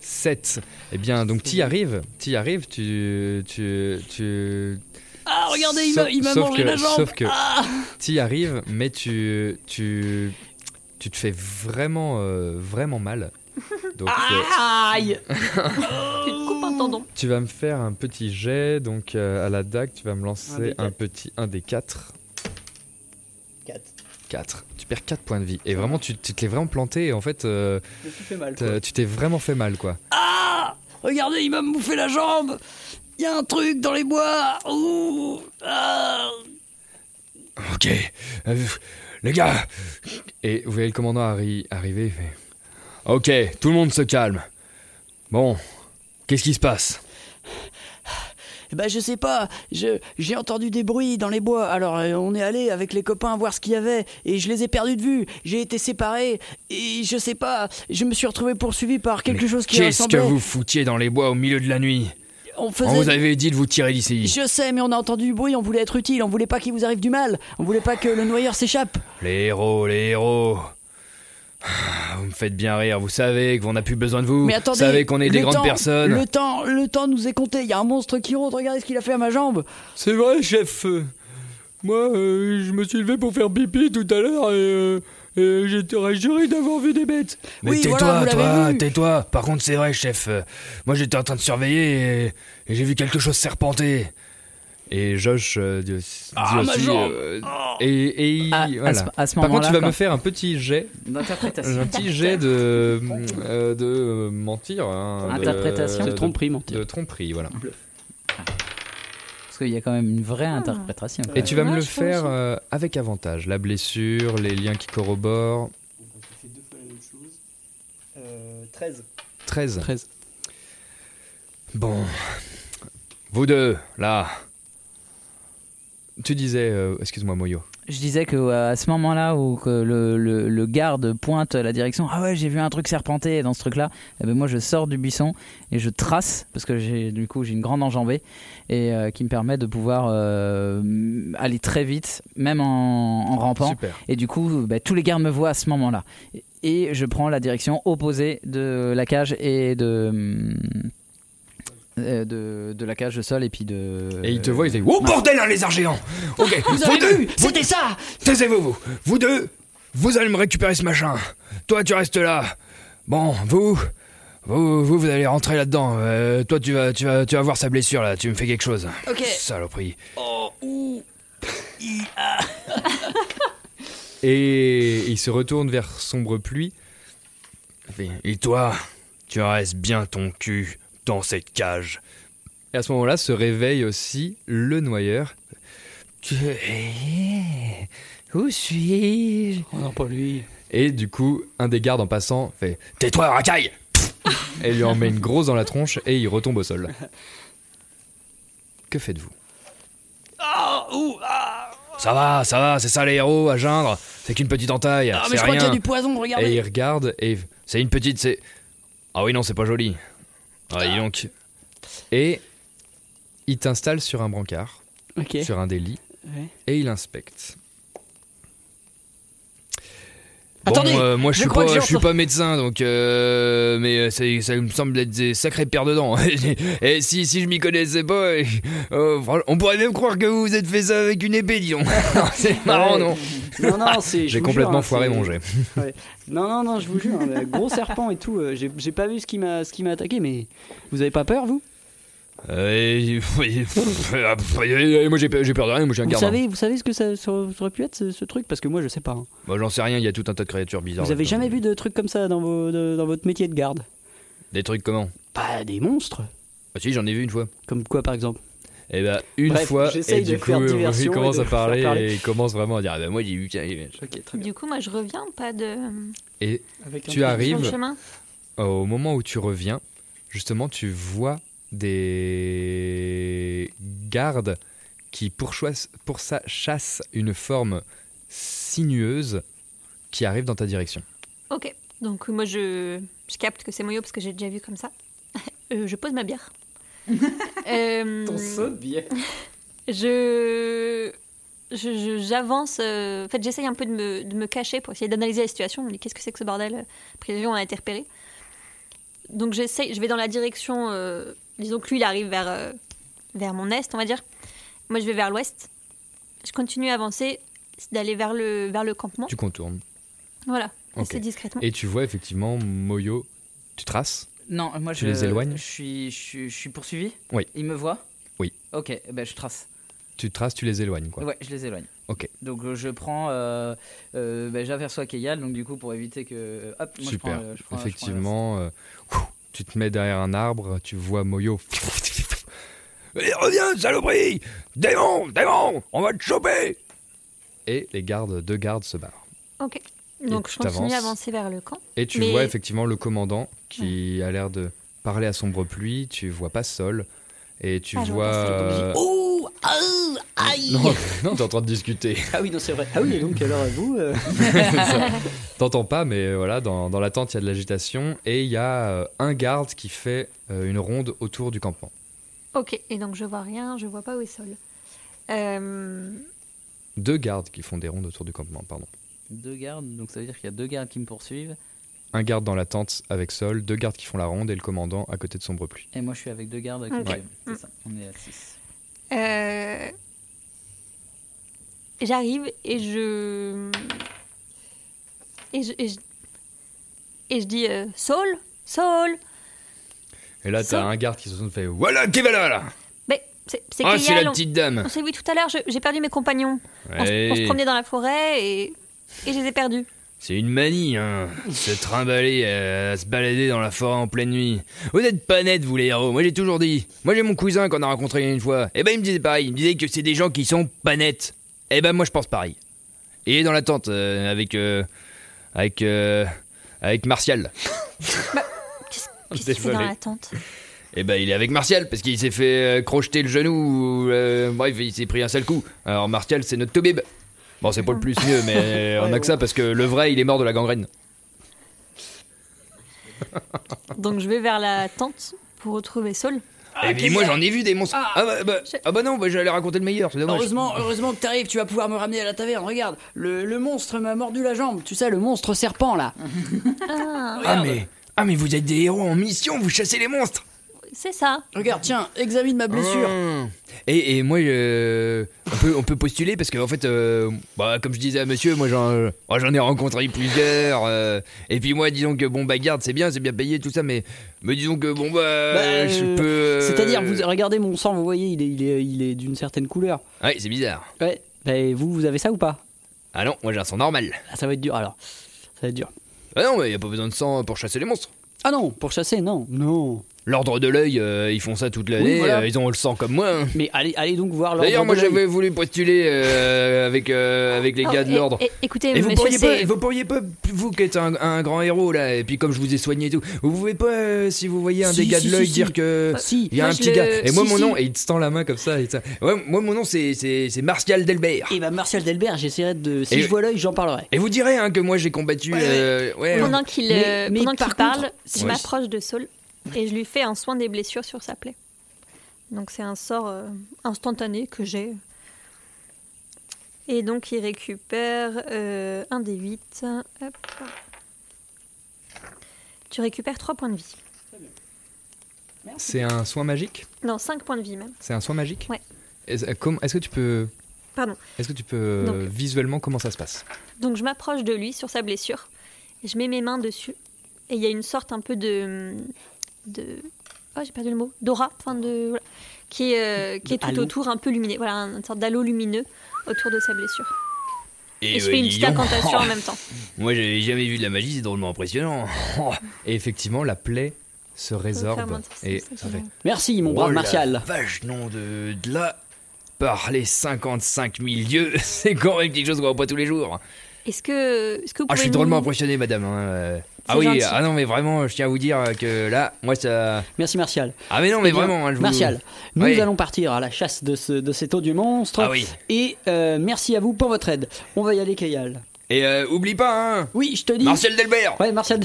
S5: 7. Eh bien, donc t'y arrives, t'y arrives, tu... tu, tu...
S7: Ah, regardez, il m'a-
S5: Sauf-
S7: il m'a
S5: sauf
S7: mangé
S5: que-
S7: la jambe.
S5: Sauf que
S7: Ah
S5: t'y arrives, mais tu, tu, tu te fais vraiment, euh, vraiment mal. Donc,
S7: Ah.
S5: euh,
S8: Aïe Tu te coupes un tendon.
S5: Tu vas me faire un petit jet, donc euh, à la DAC, tu vas me
S8: Un des
S5: lancer
S8: quatre.
S5: un, petit 1 des 4.
S7: 4.
S5: 4. Tu perds 4 points de vie. Et vraiment, tu, tu te l'es vraiment planté et en fait, euh,
S7: Je me suis fait mal,
S5: t'as-
S7: quoi.
S5: tu t'es vraiment fait mal quoi.
S7: Ah Regardez, il m'a bouffé la jambe Il y a un truc dans les bois Ouh Ah
S5: Ok, Euh, les gars Et vous voyez le commandant arri- arriver, il fait Ok, tout le monde se calme. Bon, qu'est-ce qui se passe
S9: Bah je sais pas, je j'ai entendu des bruits dans les bois. Alors euh, on est allé avec les copains voir ce qu'il y avait et je les ai perdus de vue. J'ai été séparé et je sais pas, je me suis retrouvé poursuivi par quelque chose qui
S5: Qu'est-ce que
S9: ressemblait.
S5: vous foutiez dans les bois au milieu de la nuit
S9: On
S5: On
S9: faisait.
S5: vous avait dit de vous tirer d'ici.
S9: Je sais, mais on a entendu du bruit. On voulait être utile. On voulait pas qu'il vous arrive du mal. On voulait pas que le noyeur s'échappe.
S5: Les héros, les héros. Ah, Vous me faites bien rire, vous savez qu'on n'a plus besoin de vous.
S9: mais attendez,
S5: vous savez qu'on est des
S9: le
S5: grandes
S9: temps-
S5: personnes.
S9: Le temps, le temps nous est compté. Il y a un monstre qui rôde. Regardez ce qu'il a fait à ma jambe.
S10: C'est vrai, chef. Euh, Moi, euh, je me suis levé pour faire pipi tout à l'heure et, euh, et j'étais rassuré d'avoir vu des bêtes.
S5: Mais tais-toi, toi, tais-toi. Par contre, c'est vrai, chef. euh, Moi, j'étais en train de surveiller et, et j'ai vu quelque chose serpenter. Et Josh euh, dit aussi.
S6: Ah,
S5: dit
S6: ma
S5: aussi,
S6: jambe.
S5: euh, et, et
S6: Ah, À- à
S5: voilà.
S6: ce- à ce
S5: Par contre,
S6: moment-là, Bah,
S5: tu vas
S6: quand-
S5: me faire un petit jet.
S4: D'interprétation.
S5: Un petit jet de, euh, de euh, mentir. hein, de-
S6: Interprétation.
S5: de-
S6: De tromperie, mentir.
S5: De tromperie, voilà.
S6: Parce qu'il y a quand même une vraie interprétation.
S5: Et tu vas me le faire euh, avec avantage. La blessure, les liens qui corroborent.
S11: 13.
S5: 13. Bon. Vous deux, là. Tu disais, euh, excuse-moi Moyo.
S6: Je disais que euh, à ce moment-là où que le, le- le garde pointe la direction, ah ouais j'ai vu un truc serpenté dans ce truc-là, eh ben moi je sors du buisson et je trace parce que j'ai du coup j'ai une grande enjambée et euh, qui me permet de pouvoir euh, aller très vite même en, en rampant.
S5: Super.
S6: Et du coup bah, tous les gardes me voient à ce moment-là et je prends la direction opposée de la cage et de euh, de, de la cage de sol et puis de
S5: Et il te voit, il dit Oh
S6: Ouais.
S5: bordel, un lézard
S6: (laughs)
S5: géant Ok,
S6: Vous avez
S5: deux,
S6: vu C'était ça
S5: Taisez-vous, vous Vous deux, vous allez me récupérer ce machin. Toi, tu restes là. Bon, vous. Vous, vous, vous allez rentrer là-dedans. Euh, toi, tu vas, tu, vas, tu vas voir sa blessure là. Tu me fais quelque chose.
S9: Ok.
S5: Saloperie.
S9: Oh, ouh.
S5: Et il se retourne vers Sombre Pluie. Et toi, tu restes bien ton cul dans cette cage. Et à ce moment-là se réveille aussi le noyeur.
S6: Où suis-je
S7: Oh non, pas lui.
S5: Et du coup, un des gardes en passant fait Tais-toi, racaille Et lui en met une grosse dans la tronche et il retombe au sol. Que faites-vous
S9: Ah,
S5: Ça va, ça va, c'est ça les héros à geindre. C'est qu'une petite entaille.
S9: Ah, mais
S5: c'est
S9: je crois qu'il y a
S5: rien.
S9: du poison, regardez.
S5: Et il regarde et c'est une petite, c'est. Ah oui, non, c'est pas joli. Ah, dis donc. Et il t'installe sur un brancard,
S7: Ok.
S5: sur un des lits,
S7: Ouais.
S5: et il inspecte.
S7: Attendez,
S5: bon, euh, moi je
S7: je
S5: suis
S7: crois
S5: pas,
S7: que
S5: je
S7: j'ai
S5: suis
S7: entendu-
S5: pas médecin, donc euh, mais euh, c'est- ça me semble être des sacrées paires de dents. (laughs) et si, si je m'y connaissais pas, euh, euh, franch- on pourrait même croire que vous vous êtes fait ça avec une épée, disons. c'est marrant,
S7: (laughs) Ouais.
S5: (laughs) non
S7: Non, non,
S5: (laughs)
S7: c'est. je
S5: J'ai
S7: vous
S5: complètement
S7: jure, hein,
S5: foiré
S7: c'est-
S5: mon jet.
S7: (laughs) Ouais. Non, non, non, je vous jure, hein, le gros serpent et tout, euh, j'ai j'ai pas vu ce qui m'a ce qui m'a attaqué, mais vous avez pas peur, vous
S5: Euh, moi j'ai pe- j'ai peur de rien, moi j'ai un
S7: vous
S5: garde.
S7: savez, vous savez ce que ça, ça aurait pu être, ce, ce truc Parce que moi, je sais pas. hein.
S5: Moi j'en sais rien, il y a tout un tas de créatures bizarres.
S7: Vous avez
S5: là-dedans.
S7: jamais vu de trucs comme ça dans, vos, de- dans votre métier de garde
S5: Des trucs comment
S7: Bah, des monstres
S5: Ah si, j'en ai vu une fois.
S7: Comme quoi par exemple
S5: Eh ben, une
S7: Bref,
S5: fois,
S7: j'essaye
S5: et du
S7: de
S5: coup,
S7: faire
S5: euh,
S7: diversion
S5: il
S7: et
S5: commence
S7: de
S5: à
S7: faire
S5: parler,
S7: parler.
S5: et il commence vraiment à dire Ah ben moi j'ai vu, tiens, j'ai vu.
S8: Du coup, moi, je reviens ou pas de.
S5: Et
S8: Avec un
S5: tu
S8: peu sur
S5: arrives,
S8: le chemin.
S5: au moment où tu reviens, justement, tu vois des gardes qui pourchassent, pour ça chassent une forme sinueuse qui arrive dans ta direction.
S8: Ok. Donc, moi, je, je capte que c'est Moyo parce que j'ai déjà vu comme ça. (laughs) Euh, je pose ma bière. Euh,
S7: Hmm.
S8: je je- je- j'avance. euh, en fait, j'essaye un peu de me, de me cacher pour essayer d'analyser la situation. Je me dis, qu'est-ce que c'est que ce bordel Après, les gens ont été repérés. Donc, j'essaye. Je vais dans la direction. euh, disons que lui, il arrive vers euh, vers mon est, on va dire. Moi, je vais vers l'ouest. Je continue à avancer, c'est d'aller vers le vers le campement.
S5: Tu contournes.
S8: Voilà.
S5: Ok.
S8: Assez discrètement.
S5: Et tu vois effectivement Moyo, tu traces
S6: Non, moi
S5: Tu
S6: je,
S5: les éloignes
S6: Je suis, je, suis- je suis poursuivi.
S5: Oui.
S6: Ils me voient.
S5: Oui.
S6: Ok, eh ben je trace.
S5: Tu traces, tu les éloignes quoi.
S6: Ouais, je les éloigne.
S5: Ok.
S6: Donc euh, je prends, euh, euh, ben, j'aperçois Keyal, donc du coup pour éviter que, hop, moi, je
S5: Super.
S6: prends, euh, je prends- je prends
S5: Effectivement, euh, ouf, tu te mets derrière un arbre, tu vois Moyo. (laughs) Et reviens, saloperie Démon, démon, on va te choper et les gardes, deux gardes se barrent.
S8: Ok. Donc
S5: tu
S8: je continue
S5: t'avances.
S8: à avancer vers le camp.
S5: Et tu
S8: Mais-
S5: vois effectivement le commandant qui a l'air de parler à sombre pluie, tu vois pas Sol, et tu
S8: Ah, je
S5: vois...
S8: vois pas Sol, donc je dis,
S5: euh,
S9: Ouh, ouh, aïe
S5: Non, (laughs) non t'es en train de discuter. (laughs)
S9: Ah oui, non, c'est vrai. Ah oui, et donc alors vous
S6: (laughs)
S9: euh,
S5: T'entends pas, mais euh, voilà, dans, dans la tente, il y a de l'agitation, et il y a euh, un garde qui fait euh, une ronde autour du campement.
S8: Ok. Et donc je vois rien, je vois pas où est Sol. Euh,
S5: Deux gardes qui font des rondes autour du campement, pardon.
S11: Deux gardes, donc ça veut dire qu'il y a deux gardes qui me poursuivent.
S5: Un garde dans la tente avec Sol, deux gardes qui font la ronde, et le commandant à côté de sombre pluie.
S11: Et moi, je suis avec deux gardes. qui me
S8: Ok.
S11: suivent. C'est
S8: Mm.
S11: ça, on est à 6.
S8: euh, J'arrive et je... et je et je et je dis euh, Saul, Saul.
S5: Et là, t'as
S8: Sol-
S5: un garde qui se tourne et fait Voilà, qui va là, là
S8: Mais c'est c'est
S5: Ah,
S8: Kayal,
S5: c'est la
S8: on-
S5: petite dame.
S8: On s'est vu tout à l'heure. je- J'ai perdu mes compagnons. On, se- on se
S5: Ouais.
S8: promenait dans la forêt et et je les ai perdus.
S5: C'est une manie, hein, se trimballer, euh, à se balader dans la forêt en pleine nuit. Vous n'êtes pas nets, vous les héros, moi j'ai toujours dit. Moi j'ai mon cousin qu'on a rencontré une fois, et ben il me disait pareil, il me disait que c'est des gens qui sont pas nets. Et ben moi je pense pareil. Et il est dans la tente euh, avec. euh, avec. euh, avec Martial.
S8: Qu'est-ce qu'il fait dans la tente
S5: Et ben il est avec Martial parce qu'il s'est fait euh, crocheter le genou, ou, euh, bref, il s'est pris un seul coup. Alors Martial c'est notre Tobib. Bon, c'est pas le plus mieux, mais euh, on a que ça parce que le vrai il est mort de la gangrène.
S8: Donc je vais vers la tente pour retrouver Saul.
S5: Et puis moi j'en ai vu des monstres. Ah, bah, bah- ah bah non, bah, j'allais raconter le meilleur, c'est dommage.
S9: Heureusement, heureusement que t'arrives, tu vas pouvoir me ramener à la taverne. Regarde, le, le monstre m'a mordu la jambe. Tu sais, le monstre serpent là.
S6: Hum.
S5: Ah mais, ah mais vous êtes des héros en mission, vous chassez les monstres.
S8: C'est ça.
S9: Regarde, tiens, examine ma blessure.
S5: Mmh. Et, et moi, je- on, peut, on peut postuler parce qu'en fait, euh, bah, comme je disais à monsieur, moi j'en moi, j'en ai rencontré plusieurs. euh, et puis moi, disons que bon, bah garde, c'est bien, c'est bien payé, tout ça, mais, mais disons que bon, bah,
S9: Bah,
S5: je
S9: euh,
S5: peux. euh,
S9: C'est-à-dire, vous regardez mon sang, vous voyez, il est, il est, il est d'une certaine couleur.
S5: Ouais, c'est bizarre.
S9: Ouais. Bah, et vous, vous avez ça ou pas
S5: Ah non, moi j'ai un sang normal.
S9: Ah, Ça va être dur alors. Ça va être dur.
S5: Ah non, mais y a pas besoin de sang pour chasser les monstres.
S9: Ah non, pour chasser, non, non.
S5: L'ordre de l'œil, euh, ils font ça toute l'année,
S9: voilà.
S5: euh, ils ont le sang comme moi. hein.
S9: Mais allez, allez donc voir l'ordre.
S5: D'ailleurs, moi
S9: de l'œil.
S5: j'avais voulu postuler euh, avec, euh, avec les
S9: Oh,
S5: gars de
S9: et-
S5: l'ordre.
S9: et- écoutez,
S5: vous,
S9: monsieur,
S5: pourriez pas,
S9: c'est-
S5: vous pourriez pas, vous qui êtes un, un grand héros là, et puis comme je vous ai soigné et tout, vous pouvez pas, euh, si vous voyez un
S9: Si,
S5: des gars
S9: si,
S5: de l'œil,
S9: si,
S5: dire
S9: si.
S5: que.
S9: Si.
S5: il y a
S9: Moi,
S5: un
S9: je
S5: petit
S9: le-
S5: gars. Et moi,
S9: si,
S5: mon
S9: si.
S5: nom, et il te tend la main comme ça. Et ça. Ouais, moi, mon nom, c'est- c'est c'est Martial Delbert.
S9: Et bah, Martial Delbert, j'essaierai de. Si
S5: Et-
S9: je vois l'œil, j'en parlerai.
S5: Et vous direz hein, que moi j'ai combattu. euh, ouais,
S8: pendant
S5: euh,
S8: qu'il
S9: Mais-
S8: euh,
S9: mais
S8: pendant qu'il
S9: par
S8: parle,
S9: contre,
S8: je
S5: Ouais.
S8: m'approche de Saul et je lui fais un soin des blessures sur sa plaie. Donc c'est un sort euh, instantané que j'ai. Et donc il récupère euh, un des 8. Tu récupères 3 points de vie.
S5: C'est un soin magique
S8: Non, 5 points de vie même.
S5: C'est un soin magique
S8: Ouais.
S5: Est-ce euh, comment- est-ce que tu peux.
S8: Pardon.
S5: Est-ce que tu peux. euh,
S8: Donc-
S5: Visuellement, comment ça se passe
S8: Donc je m'approche de lui sur sa blessure. Et je mets mes mains dessus. Et il y a une sorte un peu de. de oh, j'ai perdu le mot. D'aura. Enfin de. voilà. qui est, euh, qui est
S9: De
S8: tout
S9: halo.
S8: autour, un peu luminé. Voilà, un- une sorte d'halo lumineux autour de sa blessure.
S5: Et,
S8: je fais une petite
S9: (laughs)
S8: incantation en même temps.
S5: (laughs) Moi, j'avais jamais vu de la magie, c'est drôlement impressionnant. et effectivement, la plaie se résorbe. Et ça fait.
S9: Merci, mon
S5: Oh
S9: brave
S5: la
S9: Martial.
S5: Vache, nom de, de là. Par les 55 000 lieux, (laughs) c'est quand même quelque chose qu'on voit pas tous les jours.
S8: Est-ce que, est-ce que vous
S5: Ah,
S8: pouvez
S5: je suis drôlement
S8: nous-
S5: impressionné, madame. hein, euh.
S8: C'est
S5: Ah oui,
S8: gentil.
S5: ah non, mais vraiment, je tiens à vous dire que là, moi, ça.
S9: Merci, Martial.
S5: Ah, mais non, mais
S9: Eh bien,
S5: vraiment. hein, je vous-
S9: Martial, nous
S5: Oui.
S9: allons partir à la chasse de, ce, de cet odieux monstre.
S5: Ah oui.
S9: Et euh, merci à vous pour votre aide. On va y aller, Kayal.
S5: Et euh, oublie pas, hein.
S9: Oui, je te dis.
S5: Martial Delbert.
S9: Ouais, Martial.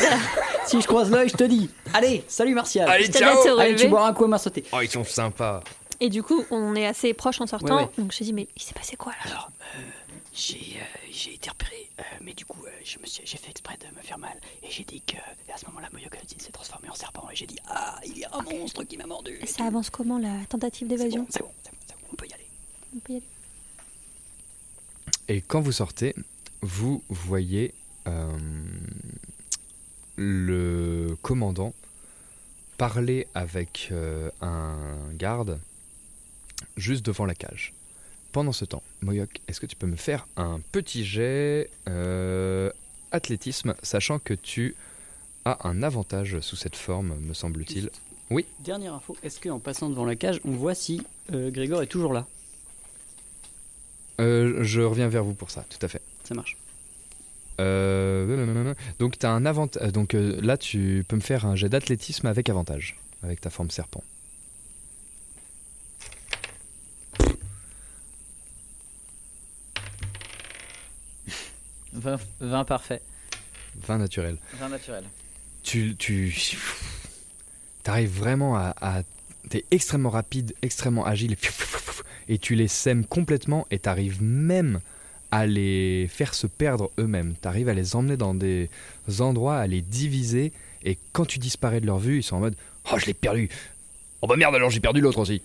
S9: (laughs) si je croise l'œil, je te dis. Allez, salut Martial.
S5: Allez, Je t'aide à ciao. te relever.
S9: Allez, tu bois un coup à main sautée.
S5: Oh, ils sont sympas.
S8: Et du coup, on est assez proche en sortant.
S9: Ouais, ouais.
S8: Donc je me dis, mais il s'est passé quoi là
S9: Alors, euh, j'ai, euh, j'ai été repéré, euh, mais du coup, euh, je me suis, j'ai fait exprès de me faire mal. Et j'ai dit que. Et à ce moment-là, Moyokazi s'est transformé en serpent. Et j'ai dit Ah, il y a un monstre qui m'a mordu.
S8: Ça avance comment la tentative d'évasion
S9: C'est bon,
S8: On peut y aller.
S5: Et quand vous sortez, vous voyez euh, le commandant parler avec euh, un garde juste devant la cage. Pendant ce temps, Moyok, est-ce que tu peux me faire un petit jet euh, athlétisme, sachant que tu as un avantage sous cette forme, me semble-t-il Oui.
S9: Dernière
S7: euh,
S9: info est-ce qu'en passant devant la cage, on voit si Grégor est toujours là
S5: Euh, je reviens vers vous pour ça, tout à fait.
S7: Ça marche.
S5: Euh, blablabla. donc t'as un avant- euh, Donc euh, là, tu peux me faire un jet d'athlétisme avec avantage, avec ta forme serpent.
S11: Vin, vin parfait.
S5: 20 naturel.
S11: Vin naturel.
S5: Tu, tu arrives vraiment à, à- t'es extrêmement rapide, extrêmement agile, et tu les sèmes complètement, et t'arrives même à les faire se perdre eux-mêmes. T'arrives à les emmener dans des endroits, à les diviser, et quand tu disparais de leur vue, ils sont en mode Oh, je l'ai perdu Oh bah merde, alors j'ai perdu l'autre aussi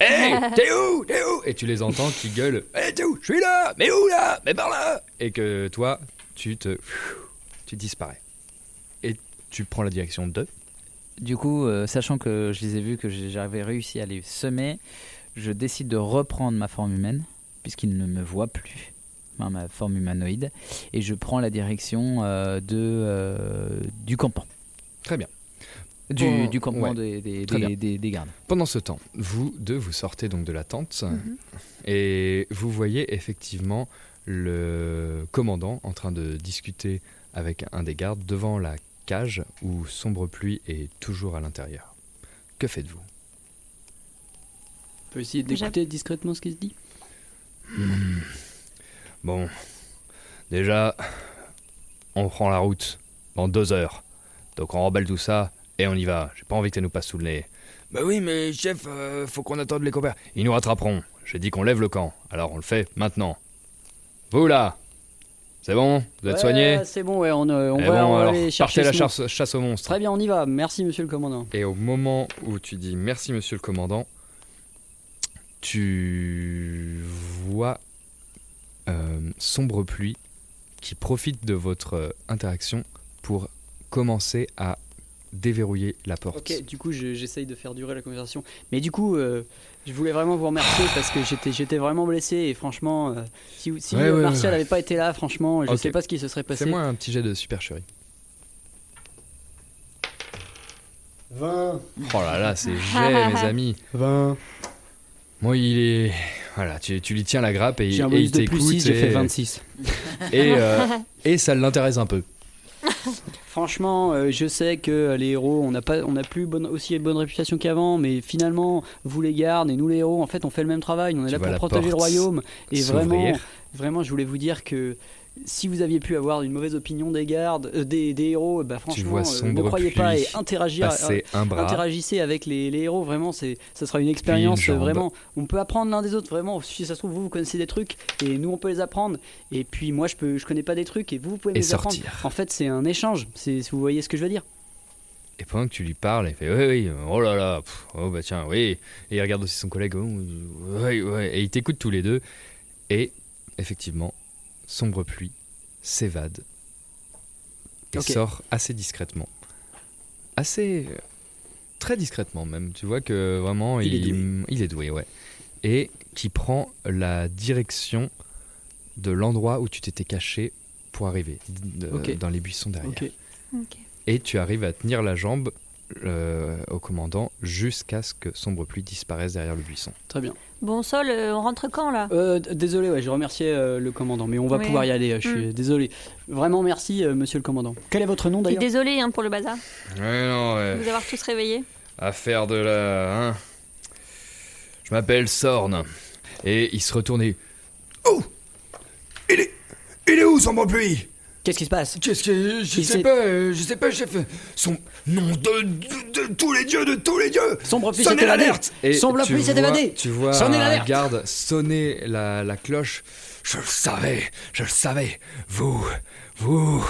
S5: Hey, t'es où T'es où Et tu les entends qui gueulent Hey, t'es où Je suis là Mais où là Mais par là Et que toi, tu te. Tu disparais. Et tu prends la direction de.
S11: Du coup, euh, sachant que je les ai vus, que j'ai- j'avais réussi à les semer, je décide de reprendre ma forme humaine, puisqu'ils ne me voient plus, enfin, ma forme humanoïde, et je prends la direction euh, de, euh, du campement.
S5: Très bien.
S11: Du,
S5: Bon,
S11: du campement
S5: Oh,
S11: des,
S5: ouais.
S11: des-
S5: Très
S11: des-
S5: bien.
S11: des- des gardes.
S5: Pendant ce temps, vous deux, vous sortez donc de la tente
S11: Mhm.
S5: et vous voyez effectivement le commandant en train de discuter avec un des gardes devant la cage où Sombre Pluie est toujours à l'intérieur. Que faites-vous
S7: On peut essayer d'écouter discrètement ce qui se dit.
S5: Bon, déjà, on prend la route dans deux heures. Donc on remballe tout ça et on y va. J'ai pas envie que ça nous passe sous le nez. Bah oui, mais chef, euh, faut qu'on attende les copains. Ils nous rattraperont. J'ai dit qu'on lève le camp. Alors on le fait maintenant. Vous là C'est bon Vous êtes
S7: Ouais,
S5: soignés
S7: C'est bon, ouais, on, euh, on
S5: Eh
S7: va,
S5: bon,
S7: on va
S5: alors,
S7: aller chercher.
S5: partez la
S7: ce
S5: chasse, chasse aux monstres.
S7: Très bien, on y va. Merci, monsieur le commandant.
S5: Et au moment où tu dis merci, monsieur le commandant, tu vois euh, Sombre Pluie qui profite de votre euh, interaction pour commencer à déverrouiller la porte.
S7: Ok, du coup, je- j'essaye de faire durer la conversation. Mais du coup, euh, je voulais vraiment
S5: (sighs)
S7: vous remercier parce que j'étais, j'étais vraiment blessé et franchement, euh, si, si
S5: Ouais,
S7: euh,
S5: ouais,
S7: Martial
S5: ouais.
S7: n'avait pas été là, franchement, je
S5: Ok.
S7: sais pas ce qui se serait passé.
S5: Fais-moi un petit jet de supercherie.
S7: 20.
S5: Oh là là, c'est jet, mes amis.
S7: 20.
S5: Moi, il est. Voilà, tu, tu lui tiens la grappe et,
S7: J'ai un
S5: et
S7: bonus
S5: il
S7: de plus
S5: t'écoute.
S7: six, j'ai
S5: et-
S7: fait 26.
S5: Et, euh, et ça l'intéresse un peu.
S7: Franchement, euh, je sais que euh, les héros, on n'a pas, on n'a plus bonne, aussi bonne réputation qu'avant, mais finalement, vous les gardes et nous les héros, en fait, on fait le même travail. On est
S5: Tu
S7: là
S5: vois
S7: pour
S5: la
S7: protéger le
S5: porte
S7: royaume. Et
S5: s'ouvrir.
S7: vraiment, vraiment, je voulais vous dire que si vous aviez pu avoir une mauvaise opinion des gardes, euh, des, des héros, bah franchement,
S5: vois
S7: euh, ne
S5: Sombre
S7: croyez pas
S5: Pluie
S7: et interagir,
S5: passer
S7: euh,
S5: un bras.
S7: interagissez avec les, les héros. Vraiment, c'est, ça sera une expérience.
S5: jambe.
S7: euh, vraiment, on peut apprendre l'un des autres. Vraiment, si ça se trouve, vous vous connaissez des trucs et nous, on peut les apprendre. Et puis moi, je peux, je connais pas des trucs et vous, vous pouvez
S5: Et
S7: les apprendre.
S5: sortir. Ah,
S7: En fait, c'est un échange. C'est, vous voyez ce que je veux dire.
S5: Et pendant que tu lui parles, il fait oui, oui, oh là là, pff, oh bah tiens, oui. Et il regarde aussi son collègue, oh, ouais, ouais. Et ils t'écoutent tous les deux. Et effectivement, Sombre Pluie s'évade et
S7: Ok.
S5: sort assez discrètement. Assez. très discrètement même. Tu vois que vraiment,
S10: Il
S5: il,
S10: est
S5: il est doué, ouais. Et qui prend la direction de l'endroit où tu t'étais caché pour arriver, d-
S7: Ok.
S5: dans les buissons derrière
S7: Ok.
S5: et tu arrives à tenir la jambe euh, au commandant jusqu'à ce que Sombre Pluie disparaisse derrière le buisson.
S7: Très bien.
S8: Bon Sol, euh, on rentre quand là
S7: Euh, d- désolé, ouais, je remerciais euh, le commandant, mais on va
S8: Oui.
S7: pouvoir y aller. euh, Je suis
S8: Mm.
S7: désolé. Vraiment, merci, euh, monsieur le commandant. Quel est votre nom
S8: Et
S7: d'ailleurs
S8: désolé hein, pour le bazar,
S5: Ouais, non,
S8: de vous avoir tous réveillés.
S5: affaire de la. hein. Je m'appelle Sorn. Et il se retourne et.
S10: Oh Il est où Sombre Pluie
S7: Qu'est-ce qui se passe
S10: Qu'est-ce que. Je sais
S7: Il s'est-
S10: pas, euh, je sais pas, chef. Son. Nom de, de- de tous les dieux, de tous les dieux
S5: Oh,
S7: Sombre Pluie
S10: Sonnez
S7: s'est évadé.
S10: l'alerte
S5: Et
S7: Sombre
S5: tu
S7: Pluie s'est
S5: vois-
S7: évadé.
S5: Tu vois
S10: Sonnez
S5: un
S10: l'alerte.
S5: garde sonner la, la cloche. Je le savais, je le savais. Vous, vous.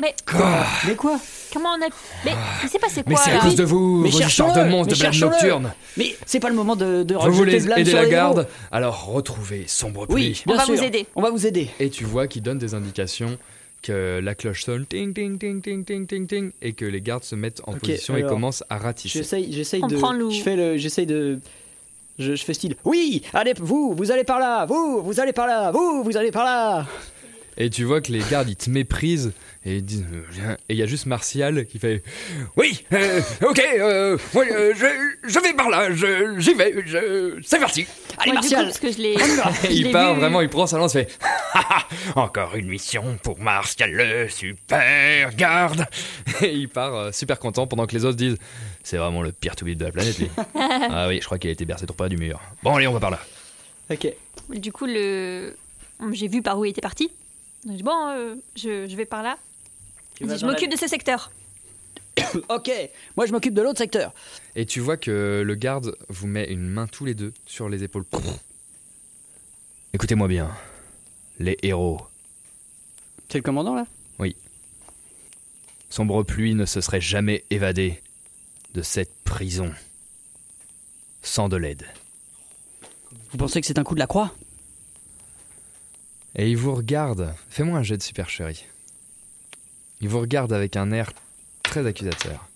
S8: Mais
S5: Quoi Ah.
S7: Mais quoi
S8: Comment on a Mais il s'est passé quoi
S5: Mais c'est à
S8: là
S5: cause de vous,
S7: Mais
S5: vos
S7: cherchons-le,
S5: histoires de monstres,
S7: mais
S5: de blagues
S7: cherchons-le.
S5: nocturnes.
S7: Mais c'est pas le moment de, de
S5: Vous
S7: rejeter le
S5: voulez
S7: blâme
S5: aider
S7: sur
S5: la
S7: les
S5: garde
S7: héros.
S5: Alors retrouvez Sombre
S7: Oui,
S5: Pluie.
S7: bien sûr. On va vous aider.
S5: Et tu vois qu'il donne des indications que la cloche sonne ting ting ting ting ting ting ting et que les gardes se mettent en
S7: Ok,
S5: position et
S7: alors,
S5: commencent à ratisser.
S7: J'essaye, j'essaye
S8: On
S7: de.
S8: prend le-
S7: Je fais le, j'essaye de. Je, je fais style. Oui, allez, vous, vous allez par là, vous, vous allez par là, vous, vous allez par là.
S5: Et tu vois que les gardes ils te méprisent Et ils disent, euh, viens. Et il y a juste Martial qui fait Oui, euh, ok, euh, ouais, euh, je, je vais par là, je- j'y vais, je- c'est parti.
S8: Allez, parce que je l'ai. (laughs) je l'ai
S5: Oh il part
S8: vu.
S5: vraiment, il prend sa lance, il fait (laughs) Ah, Encore une mission pour Martial le super garde. Et il part euh, super content pendant que les autres disent C'est vraiment le pire tout de la planète, lui. ah oui, je crois qu'il a été bercé trop pas du mur. Bon, allez, on va par là.
S7: Ok.
S8: Du coup, le... j'ai vu par où il était parti. Donc, je dis, bon, euh, je, je vais par là.
S7: Tu vas
S8: Je
S7: dans la-
S8: m'occupe de ce secteur.
S7: ok, moi je m'occupe de l'autre secteur.
S5: Et tu vois que le garde vous met une main tous les deux sur les épaules. Écoutez-moi bien. Les héros.
S7: C'est le commandant là
S5: Oui. Sombre pluie ne se serait jamais évadé de cette prison. Sans de l'aide.
S7: Vous pensez que c'est un coup de la croix
S5: Et il vous regarde. Fais-moi un jet de super chéri. Il vous regarde avec un air très accusateur.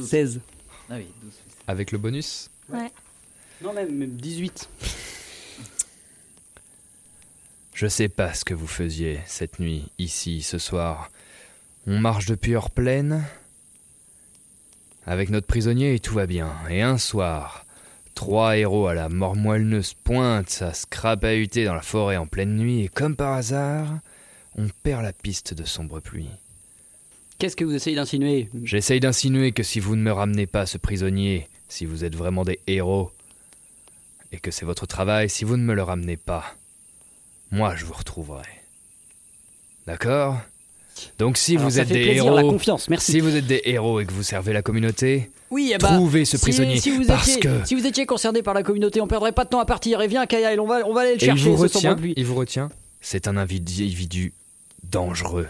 S7: 16.
S6: Ah oui,
S5: Avec le bonus
S8: Ouais.
S7: Non, même, même 18.
S5: Je sais pas ce que vous faisiez cette nuit, ici, ce soir. On marche depuis hors plaine avec notre prisonnier et tout va bien. Et un soir, trois héros à la mort moelleuse pointent à scrapahuter dans la forêt en pleine nuit et comme par hasard, on perd la piste de sombre pluie.
S7: Qu'est-ce que vous essayez d'insinuer
S5: J'essaye d'insinuer que si vous ne me ramenez pas ce prisonnier, si vous êtes vraiment des héros, et que c'est votre travail, si vous ne me le ramenez pas, moi je vous retrouverai. D'accord Donc si
S7: Alors,
S5: vous
S7: ça
S5: êtes
S7: fait
S5: des
S7: plaisir,
S5: héros,
S7: la confiance, merci.
S5: si vous êtes des héros et que vous servez la communauté,
S7: Oui, eh bah,
S5: trouvez ce
S7: si-
S5: prisonnier
S7: si vous
S5: parce
S7: étiez-
S5: que
S7: Si vous étiez concerné par la communauté, on perdrait pas de temps à partir. Et viens, Kaya, on va, on va aller
S5: Et
S7: le
S5: il
S7: chercher.
S5: vous
S7: ce
S5: retient.
S7: sombre pluie.
S5: Il vous retient. C'est un individu dangereux.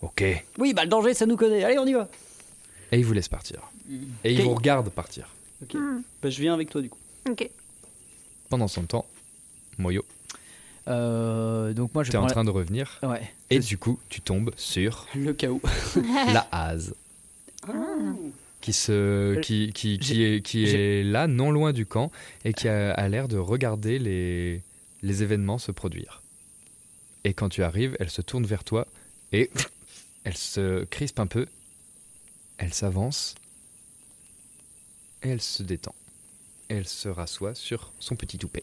S5: Ok. Et
S7: Oui, bah le danger, ça nous connaît. Allez, on y va.
S5: il vous laisse partir. Et il
S7: Ok.
S5: vous regarde partir.
S7: Ok. Bah, je viens avec toi du coup.
S8: Ok.
S5: Pendant son temps, Moyo,
S7: Euh,
S6: donc moi, je
S5: t'es en
S6: prends la-
S5: train de revenir.
S6: Ouais.
S5: Et du coup, tu tombes sur
S7: Le chaos.
S5: la hase qui
S6: Euh,
S5: se qui qui, qui est qui est là, non loin du camp, et qui
S6: Euh.
S5: a, a l'air de regarder les les événements se produire. Et quand tu arrives, elle se tourne vers toi et (laughs) elle se crispe un peu. Elle s'avance et elle se détend. Elle se rassoit sur son petit toupet.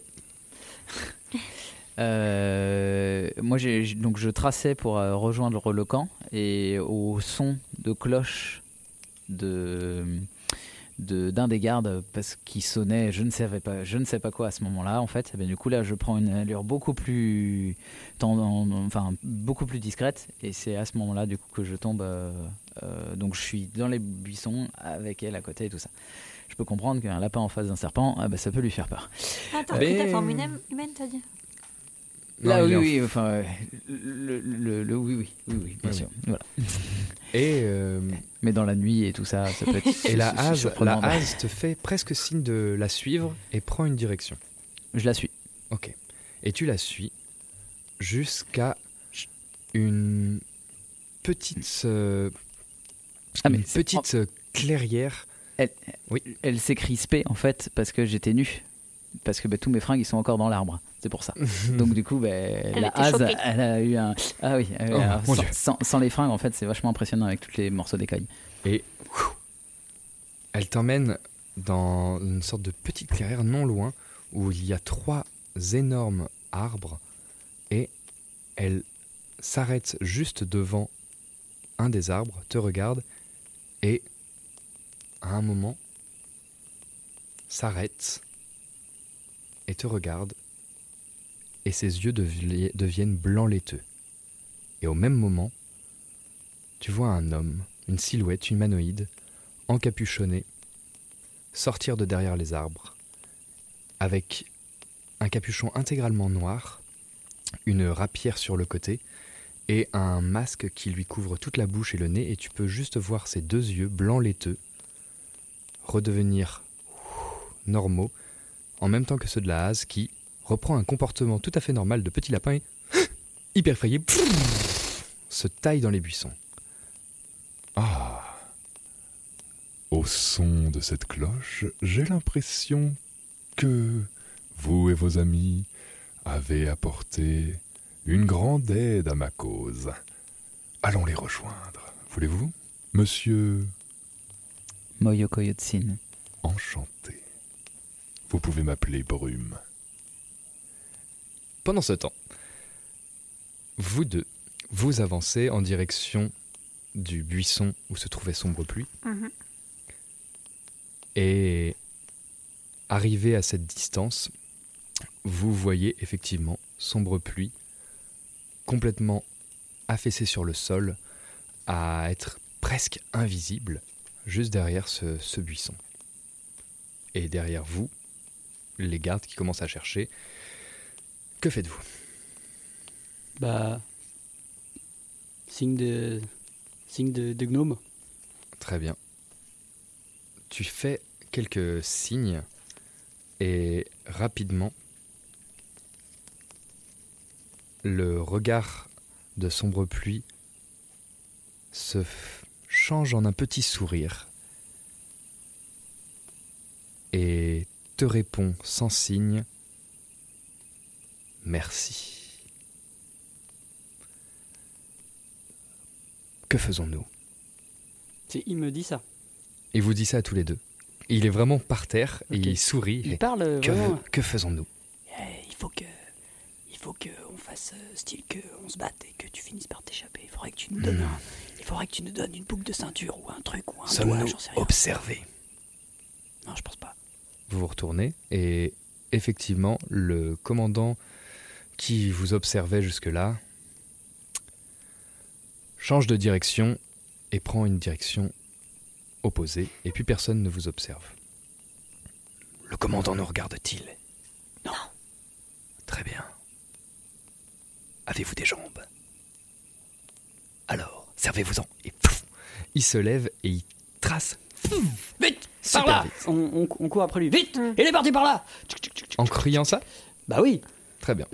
S6: Euh, moi, j'ai, j'ai- donc je traçais pour euh, rejoindre le camp et au son de cloche de de- d'un des gardes parce qu'il sonnait je ne savais pas je ne sais pas quoi à ce moment-là en fait et bien, du coup là je prends une allure beaucoup plus tendant- enfin beaucoup plus discrète et c'est à ce moment-là du coup que je tombe euh, euh, donc je suis dans les buissons avec elle à côté et tout ça je peux comprendre qu'un lapin en face d'un serpent ah bah, ça peut lui faire peur
S8: Attends,
S5: Ben.
S6: Euh,
S8: et ta forme humaine, humaine, t'as dit
S6: Là,
S5: Non, il est
S6: oui,
S5: en-
S6: oui, enfin, euh, le, le- le- oui, oui, oui, oui, bien
S5: Oui,
S6: sûr.
S5: oui.
S6: Voilà.
S5: Et euh,
S6: mais dans la nuit et tout ça, ça (laughs) peut être.
S5: Et la hase, la
S6: surprenant. bah.
S5: hase te fait presque signe de la suivre et prend une direction.
S6: Je la suis.
S5: Ok. Et tu la suis jusqu'à une petite, euh,
S6: Ah,
S5: une petite euh, clairière.
S6: Elle, elle s'est crispée en fait parce que j'étais nu, parce que bah, tous mes fringues ils sont encore dans l'arbre. C'est (laughs) pour ça. Donc du coup, bah, la
S12: était
S6: hase,
S12: choquée.
S6: elle a eu un. Ah oui. euh,
S12: Oh,
S6: alors,
S12: mon
S6: sans,
S12: Dieu.
S6: sans- sans les fringues, en fait, c'est vachement impressionnant avec tous les morceaux d'écailles.
S5: Et Elle t'emmène dans une sorte de petite clairière non loin où il y a trois énormes arbres et elle s'arrête juste devant un des arbres, te regarde et à un moment s'arrête et te regarde et ses yeux devi- deviennent blancs laiteux. Et au même moment, tu vois un homme, une silhouette humanoïde, encapuchonné, sortir de derrière les arbres, avec un capuchon intégralement noir, une rapière sur le côté, et un masque qui lui couvre toute la bouche et le nez, et tu peux juste voir ses deux yeux blancs laiteux redevenir normaux, en même temps que ceux de la hase qui reprend un comportement tout à fait normal de petit lapin et, (gasps) hyper effrayé, (laughs) se taille dans les buissons.
S13: Ah Au son de cette cloche, j'ai l'impression que vous et vos amis avez apporté
S14: Une grande aide à ma cause. Allons les rejoindre. Voulez-vous Monsieur
S6: Moyo Koyotsin.
S14: Enchanté. Vous pouvez m'appeler Brume.
S5: Pendant ce temps, vous deux, vous avancez en direction du buisson où se trouvait Sombre Pluie.
S8: Mhm.
S5: Et arrivé à cette distance, vous voyez effectivement Sombre Pluie complètement affaissé sur le sol, à être presque invisible juste derrière ce, ce buisson. Et derrière vous, les gardes qui commencent à chercher. Que faites-vous
S7: Bah. Signe de. Signe de, de gnome.
S5: Très bien. Tu fais quelques signes et rapidement, le regard de sombre pluie se f- change en un petit sourire et te répond sans signe Merci. Que faisons-nous
S7: C'est- Il me dit ça.
S5: Il vous dit ça à tous les deux. Il est vraiment par terre et il sourit.
S7: Il
S5: et
S7: parle, euh,
S5: Que,
S7: vraiment.
S5: que faisons-nous
S9: il faut que. Il faut qu'on fasse euh, style qu'on se batte et que tu finisses par t'échapper. Il faudrait que tu nous
S5: Hmm.
S9: donnes un- Il faudrait que tu nous donnes une boucle de ceinture ou un truc ou un doigt,
S5: Sommes-nous
S9: j'en sais rien.
S5: observés
S9: Non, je pense pas.
S5: Vous vous retournez et effectivement, le commandant qui vous observait jusque-là change de direction et prend une direction opposée et puis personne ne vous observe. Le commandant nous regarde-t-il
S9: Non.
S5: Très bien. Avez-vous des jambes Alors, servez-vous-en. Et pouf il se lève et il trace
S7: Vite
S5: Super
S7: Par là
S5: vite. Hmm.
S7: On, on- on court après lui. Vite Il est parti par là
S5: En criant ça
S7: Bah oui.
S5: Très bien.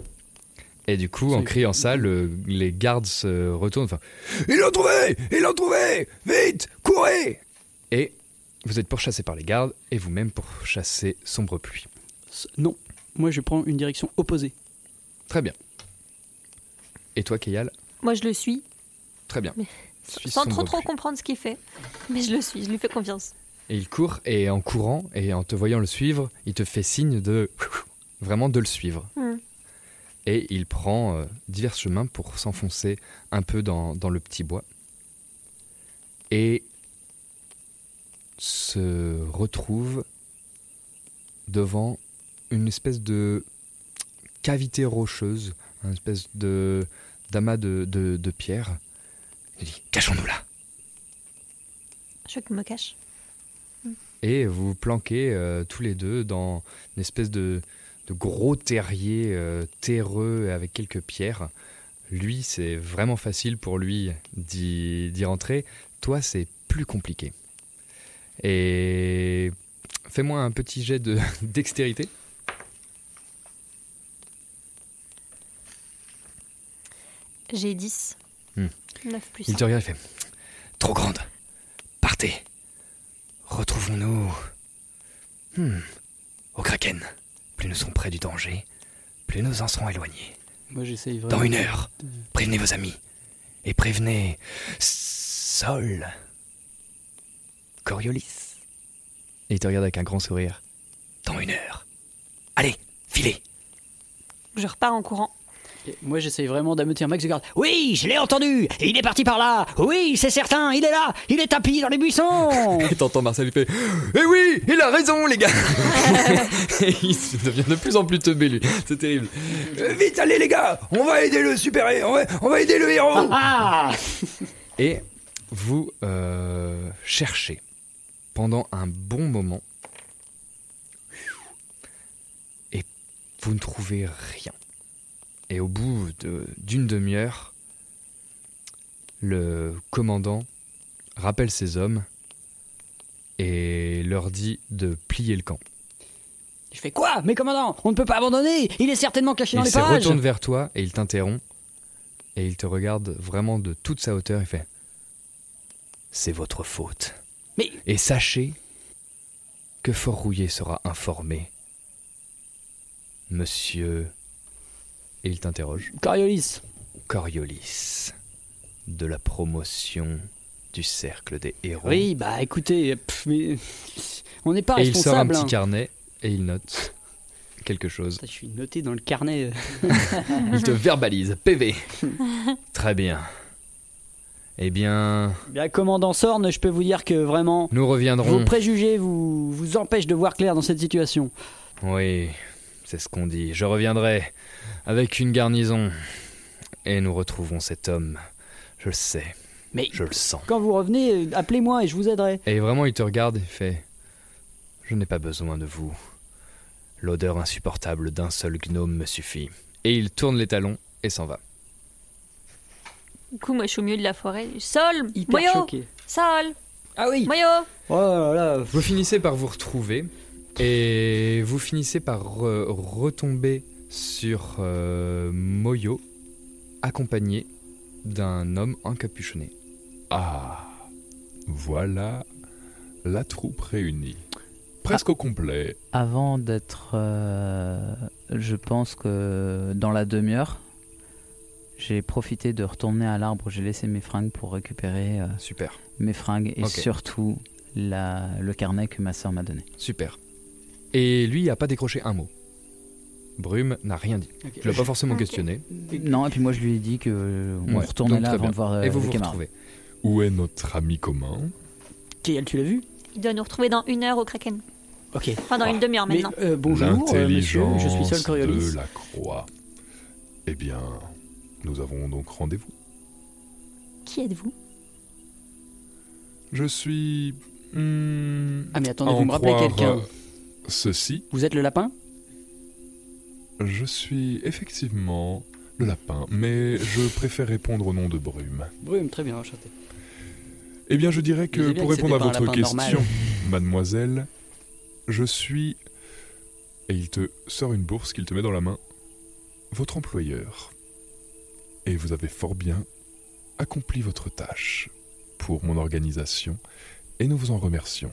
S5: Et du coup, en criant ça, le- les gardes se retournent. enfin, Ils l'ont trouvé Ils l'ont trouvé Vite Courez Et vous êtes pourchassé par les gardes et vous-même pourchassé sombre pluie.
S7: S- Non. Moi, je prends une direction opposée.
S5: Très bien. Et toi, Kayal
S8: Moi, je le suis,
S5: Très bien.
S8: mais
S5: Suis
S8: sans
S5: sombre
S8: trop trop
S5: pluie.
S8: comprendre ce qu'il fait. Mais je le suis, je lui fais confiance.
S5: Et il court, et en courant et en te voyant le suivre, il te fait signe de (laughs) vraiment de le suivre.
S8: Hmm.
S5: Et il prend euh, divers chemins pour s'enfoncer un peu dans, dans le petit bois. Et se retrouve devant une espèce de cavité rocheuse, une espèce de d'amas de, de, de pierres. Il dit Cachons-nous là
S8: Je veux qu'il me cache.
S5: et vous vous planquez euh, tous les deux dans une espèce de, de gros terrier euh, terreux avec quelques pierres. Lui, c'est vraiment facile pour lui d'y d'y rentrer. Toi, c'est plus compliqué. Et fais-moi un petit jet de (laughs) dextérité.
S8: J'ai 10.
S5: Hmm.
S8: 9 plus
S5: Il
S8: 1.
S5: te regarde, il fait Trop grande. Partez. Retrouvons-nous. Hmm. Au Kraken. Plus nous sommes près du danger, plus nous en serons éloignés.
S7: Moi, j'essaye vraiment.
S5: Dans une heure,
S7: de-
S5: prévenez vos amis. Et prévenez Sol. Coriolis. Et il te regarde avec un grand sourire. Dans une heure. Allez, filez.
S8: Je repars en courant.
S7: Et Moi, j'essaye vraiment d'ameuter un max de garde.
S9: Oui, je l'ai entendu Il est parti par là Oui, c'est certain, il est là Il est tapis dans les
S5: (laughs)
S9: buissons
S5: Et t'entends Marcel, il fait Eh oui, il a raison, les gars (laughs) Et il se devient de plus en plus teubé, lui. C'est terrible. Euh, vite, allez, les gars On va aider le super on va, on va aider le héros (laughs) Et vous euh, cherchez pendant un bon moment. Et vous ne trouvez rien. Et au bout de- d'une demi-heure, le commandant rappelle ses hommes et leur dit de plier le camp.
S7: Je fais quoi Mais commandant, on ne peut pas abandonner Il est certainement caché dans
S5: il
S7: les
S5: se
S7: parages
S5: retourne vers toi et il t'interrompt et il te regarde vraiment de toute sa hauteur et fait C'est votre faute.
S7: Mais-
S5: Et sachez que Fort Rouillé sera informé. Monsieur Et il t'interroge.
S7: Coriolis.
S5: Coriolis, de la promotion du cercle des héros.
S7: Oui, bah écoutez, pff, mais (laughs) on n'est pas
S5: et il sort un
S7: responsable.
S5: petit
S7: hein.
S5: carnet et il note quelque chose.
S7: Je suis noté dans le carnet. (laughs)
S5: Il te verbalise, PV. Très bien. Eh bien,
S7: Bien, commandant Sorne, je peux vous dire que vraiment,
S5: nous reviendrons.
S7: vos préjugés vous, vous empêchent de voir clair dans cette situation.
S5: Oui, c'est ce qu'on dit. Je reviendrai avec une garnison. Et nous retrouverons cet homme. Je le sais.
S7: Mais
S5: je le sens.
S7: Quand vous revenez, euh, appelez-moi et je vous aiderai.
S5: Et vraiment, il te regarde et fait Je n'ai pas besoin de vous. L'odeur insupportable d'un seul gnome me suffit. Et il tourne les talons et s'en va.
S8: Du coup, moi, je suis au milieu de la forêt. Sol
S7: Hyper
S8: Moyo
S7: choqué.
S8: Sol
S7: Ah oui
S8: Moyo
S5: Vous finissez par vous retrouver et vous finissez par euh, retomber sur euh, Moyo, accompagné d'un homme encapuchonné.
S14: Ah, voilà la troupe réunie. Presque
S5: Ah.
S14: au complet.
S6: Avant d'être. euh, je pense que dans la demi-heure, j'ai profité de retourner à l'arbre. J'ai laissé mes fringues pour récupérer euh,
S5: Super.
S6: mes fringues et
S5: Ok.
S6: surtout la, le carnet que ma soeur m'a donné.
S5: Super. Et lui a pas décroché un mot. Brume n'a rien dit.
S6: Ok.
S5: Tu l'as pas forcément
S6: Ok.
S5: questionné.
S6: Non, et puis moi je lui ai dit que euh, on
S5: Ouais,
S6: retournait
S5: donc
S6: là
S5: très
S6: avant
S5: bien.
S6: de voir euh,
S5: Et vous
S6: les
S5: vous
S6: camarades.
S5: retrouvez.
S14: Où est notre ami commun
S7: Kéyal, tu l'as vu
S8: Il doit nous retrouver dans une heure au Kraken.
S7: Ok.
S8: Enfin,
S14: Oh,
S8: dans une demi-heure
S7: Mais
S8: maintenant.
S7: euh, bonjour, euh, monsieur, je suis Sol
S14: L'intelligence
S7: Coriolis.
S14: de la croix. Eh bien, nous avons donc rendez-vous.
S8: Qui êtes-vous
S14: Je suis. hmm,
S7: Ah mais attendez,
S14: à
S7: vous
S14: en
S7: me rappelez
S14: croire,
S7: quelqu'un
S14: euh, Ceci,
S7: Vous êtes le lapin
S14: je suis effectivement le lapin, mais je préfère répondre au nom de Brume.
S7: Brume, très bien, enchanté.
S14: Eh bien, je dirais
S7: Vous
S14: que
S7: savez bien
S14: pour
S7: que
S14: répondre à
S7: c'était pas un
S14: votre
S7: lapin normal.
S14: question, mademoiselle, je suis. Et il te sort une bourse qu'il te met dans la main. Votre employeur. Et vous avez fort bien accompli votre tâche pour mon organisation, et nous vous en remercions.